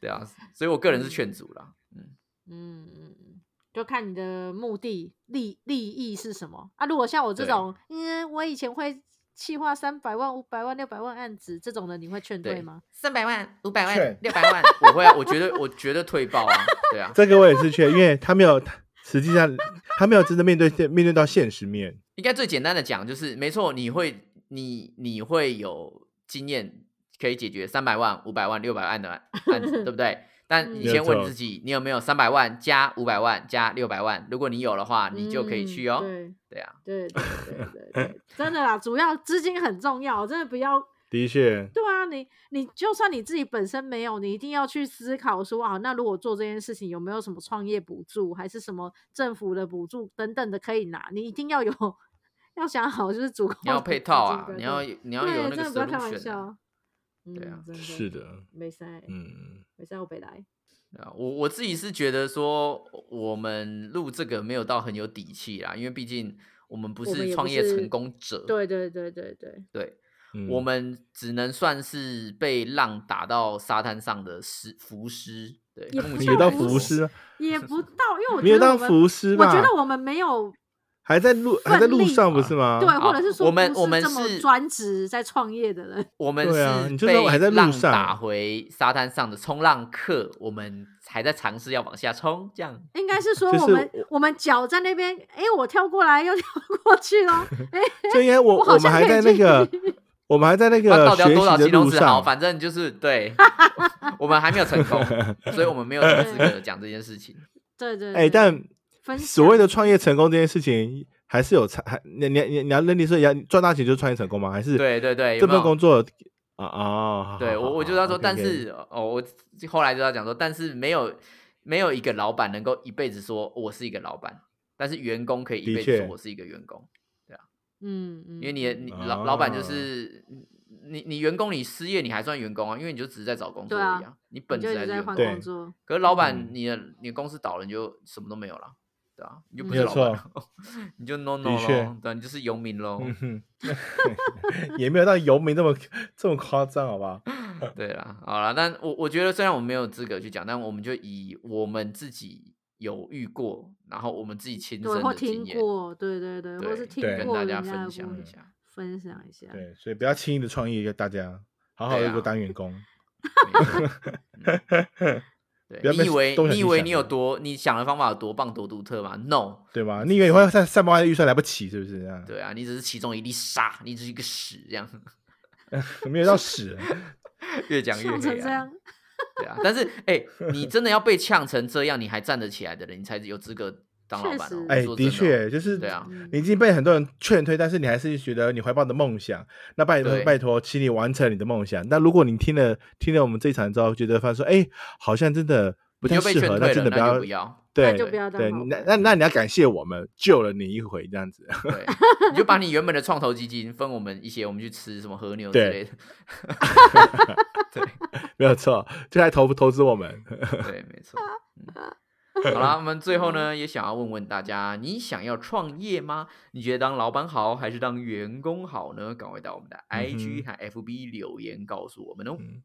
C: 对啊，所以我个人是劝阻啦。嗯，
B: 嗯嗯嗯，就看你的目的利利益是什么啊。如果像我这
C: 对
B: 种，嗯，我以前会计划三百万、五百万、六百万案子这种的，你会劝退
C: 对
B: 吗？
C: 三百万、五百
A: 劝
C: 万、六百万，我会啊，我觉得我觉得退爆啊，对啊，
A: 这个我也是确，因为他没有， 他实际上他没有真的面对面对到现实面，
C: 应该最简单的讲就是，没错，你会你你会有经验可以解决三百万、五百万、六百万的案子， 对不对？但
B: 嗯
C: 你先
A: 没
C: 问
A: 有错
C: 自己，你有没有三百万加五百万加六百万？如果你有的话，你就可以去哦。
B: 嗯
C: 对啊，
B: 对对对对对 对，真的啦，主要资金很重要，真的不要
A: 的确，
B: 对啊，你你就算你自己本身没有，你一定要去思考说啊，那如果做这件事情有没有什么创业补助，还是什么政府的补助等等的可以拿，你一定要有，要想好就是足够
C: 你要
B: 的
C: 配
B: 资
C: 套
B: 金
C: 啊，
B: 跟
C: 你要
B: 对
C: 你要有那
B: 真
C: 个
B: 的不要开玩
C: solution 啊。
B: 笑。嗯，
C: 对啊
B: 真的
A: 是的，
B: 没塞，
A: 嗯，
B: 没塞，我北来。
C: 对啊，我我自己是觉得说，我们录这个没有到很有底气啦，因为毕竟我们不
B: 我们也
C: 是
B: 不
C: 创业
B: 是
C: 成功者，
B: 对对对对对，
C: 对，
A: 嗯
C: 我们只能算是被浪打到沙滩上的尸浮尸，对，
B: 也
C: 目
B: 不
A: 你
C: 前
A: 有
B: 叫
A: 到
C: 为
B: 浮
A: 浮
C: 止
A: 尸吗，
B: 也 不到，因为我
A: 没
B: 觉
A: 有
B: 得
A: 到
B: 我们，
A: 浮尸
B: 我
A: 吧？
B: 觉得我们没有
A: 还在路还在路
B: 奋力
A: 上不是吗？
B: 对，或者
C: 啊
B: 是说
C: 我们
B: 不
C: 我们
B: 这么
C: 是
B: 专职在创业的人。
C: 我们
A: 对啊你就
C: 是
A: 说
C: 被
A: 我还在路
C: 浪
A: 上
C: 打回沙滩上的冲浪客，我们还在尝试要往下冲，这样
B: 应该是说
A: 就
B: 我
A: 是
B: 们
A: 我
B: 我们脚在那边，哎、我跳过来又跳 过去咯，哎、
A: 就应该我
B: 我好
A: 我们
B: 像
A: 还
B: 可
A: 在
B: 以
A: 那
B: 去
A: 个，我们还在那
C: 那
A: 个
C: 到底要
A: 学
C: 多少
A: 习的
C: 形容
A: 路
C: 词好？
A: 上，
C: 反正就是对，我们还没有成功，所以我们没有什么资格讲这件事情。
B: 对对对，
A: 哎、但
B: 分
A: 所谓
B: 享
A: 的创业成功这件事情，还是有差，还你你你你要认定说要赚大钱就是创业成功吗？还是
C: 对对对，有
A: 这
C: 没有
A: 份工作啊啊？
C: 对我，我就要说，但是哦，我后来就要讲说，但是没有没有一个老板能够一辈子说我是一个老板，但是员工可以
A: 的
C: 一辈子
A: 确
C: 说我是一个员工，
B: 嗯，嗯
C: 因为你的你
A: 嗯
C: 老老板就
A: 啊
C: 是你你员工你失业你还算员工啊，因为你就只是在找工作
B: 对
C: 而已
B: 啊
C: 啊，你
B: 你
C: 本
B: 就
C: 质
B: 一直
C: 还是
B: 在
C: 员
B: 换
C: 工。
A: 对
B: 工作，啊
C: 可是老
A: 嗯
C: 板你的你的公司倒了，你就什么都没有了，对啊，你就不
B: 嗯
C: 是
B: 没
C: 老
A: 错
C: 板了， 你就 no
A: 的
C: no
A: 确
C: 咯，对啊，你就是游民 喽，
A: 嗯哼 也没有到游民这么这么夸张，好吧？
C: 对啦，好啦，但我我觉得虽然我们没有资格去讲，但我们就以我们自己有遇过，然后我们自己亲身
B: 对，或
C: 的经
B: 听
C: 验，
B: 过，对对对，或
C: 对
B: 是听
A: 对
C: 跟
B: 过
C: 大
B: 人
C: 家
B: 家的
C: 分
B: 故
C: 享一
B: 事
C: 下。
B: 分享一下，
A: 对，所以不要轻易的创业，大家好好
C: 对
A: 的做
C: 啊
A: 当员工。
C: 没错 嗯
A: 不
C: 对，
A: 要
C: 你
A: 被
C: 以为
A: 东想
C: 你以
A: 西
C: 为
A: 想
C: 你有
A: 的
C: 多你想的方法有多棒多独特吗？No，
A: 对 吧？你以为你会三三百万的预算来不起是不是？啊，
C: 对啊，你只是其中一粒沙，你只是一个屎这样，
A: 没 有到屎，
C: 越讲越
B: 像成
C: 黑
B: 这
C: 暗
B: 样。，
C: 对啊，但是哎、你真的要被呛成这样，你还站得起来的人，你才有资格当老
B: 确
C: 板哦。
B: 实
C: 我
A: 哎、
C: 说真
A: 的
C: 哦
A: 确，就是
C: 对啊
B: 嗯
A: 你已经被很多人劝退，但是你还是觉得你怀抱你的梦想。那拜托
C: 对
A: 拜托，请你完成你的梦想。那如果你听了听了我们这一场之后，觉得发现说，哎、好像真的不
C: 你
A: 太
C: 就被
A: 适
C: 劝
A: 合，
C: 退
A: 真
C: 了，
A: 的
C: 那
A: 要
C: 就不要。
A: 对
B: 那就不要当
A: 对，
B: 老板
A: 那那那你要感谢我们救了你一回，这样子。
C: 对，你就把你原本的创投基金分我们一些，我们去吃什么和牛之
A: 对
C: 类的。
A: 没有错，就来投投资我们。
C: 对，没错。嗯、好啦，我们最后呢也想要问问大家，你想要创业吗？你觉得当老板好还是当员工好呢？赶快到我们的
A: 嗯
C: IG
A: 哼
C: 和 FB 留言告诉我们哦。
A: 嗯，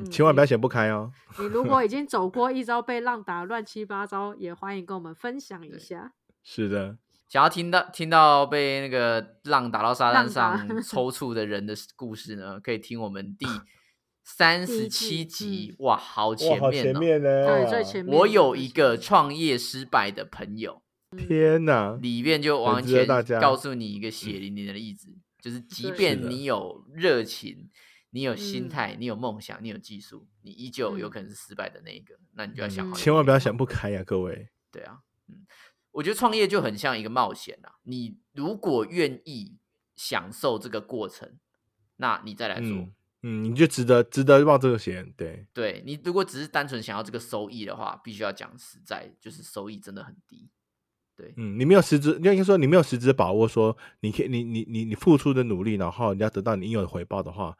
B: 嗯
A: 千万不要想不开哦。
B: 你如果已经走过一遭被浪打乱七八糟，也欢迎跟我们分享一
C: 对
B: 下。
A: 是的，
C: 想要听到听到被那个浪打到沙滩
B: 浪打
C: 上抽搐的人的故事呢，可以听我们第三
B: 第一季
C: 十七集。哇，好前
A: 哇，好
C: 面
A: 前
C: 哦！
A: 面呢、
B: 对，最前面
C: 我
B: 的
C: 有
B: 最
C: 一
B: 前
C: 个
B: 面
C: 创业失败的朋友。
A: 天哪！
C: 里面就完
A: 值得
C: 全
A: 大家嗯
C: 告诉你一个血淋淋的例子，就是即
B: 对
A: 是
C: 便
A: 的
C: 你有热情，你有心
B: 嗯
C: 态，你有梦想，你有技术，你依旧有
B: 嗯
C: 可能是失败的那一个，那你就要想好
B: 嗯
C: 你的
A: 千万不要
C: 规划
A: 想不开呀、各位。
C: 对啊，嗯，我觉得创业就很像一个冒险啊。你如果愿意享受这个过程，那你再来做。
A: 嗯嗯，你就值得值得冒这个险，对。
C: 对你如果只是单纯想要这个收益的话，必须要讲实在，就是收益真的很低。对，
A: 嗯，你没有实质，应该说你没有实质把握，说你可以，你你你你付出的努力，然后你要得到你应有的回报的话，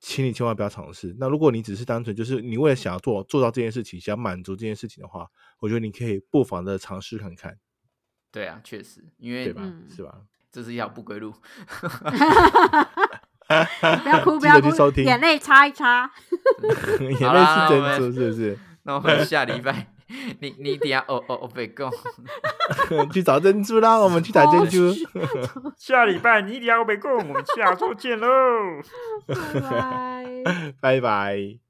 A: 请你千万不要尝试。那如果你只是单纯就是你为了想要做做到这件事情，想满足这件事情的话，我觉得你可以不妨的尝试看看，
C: 对啊，确实，因
A: 对
C: 为
A: 吧？
B: 嗯
A: 是吧？
C: 这是一条不归路。
B: 不 要哭，不
A: 记得
B: 要
A: 去
B: 哭
A: 收，听
B: 眼泪擦 一擦。
A: 眼泪
C: 好
A: 是
C: 啦那我
A: 珍珠，
C: 们
A: 是不是？
C: 那我们下礼拜， 你你等一下哦哦哦被供，
A: 去找珍珠啦，我们去打
C: 哦
A: 珍珠。
D: 下礼拜你一定要被供，我们下周见喽。
B: 拜拜。
A: 拜拜。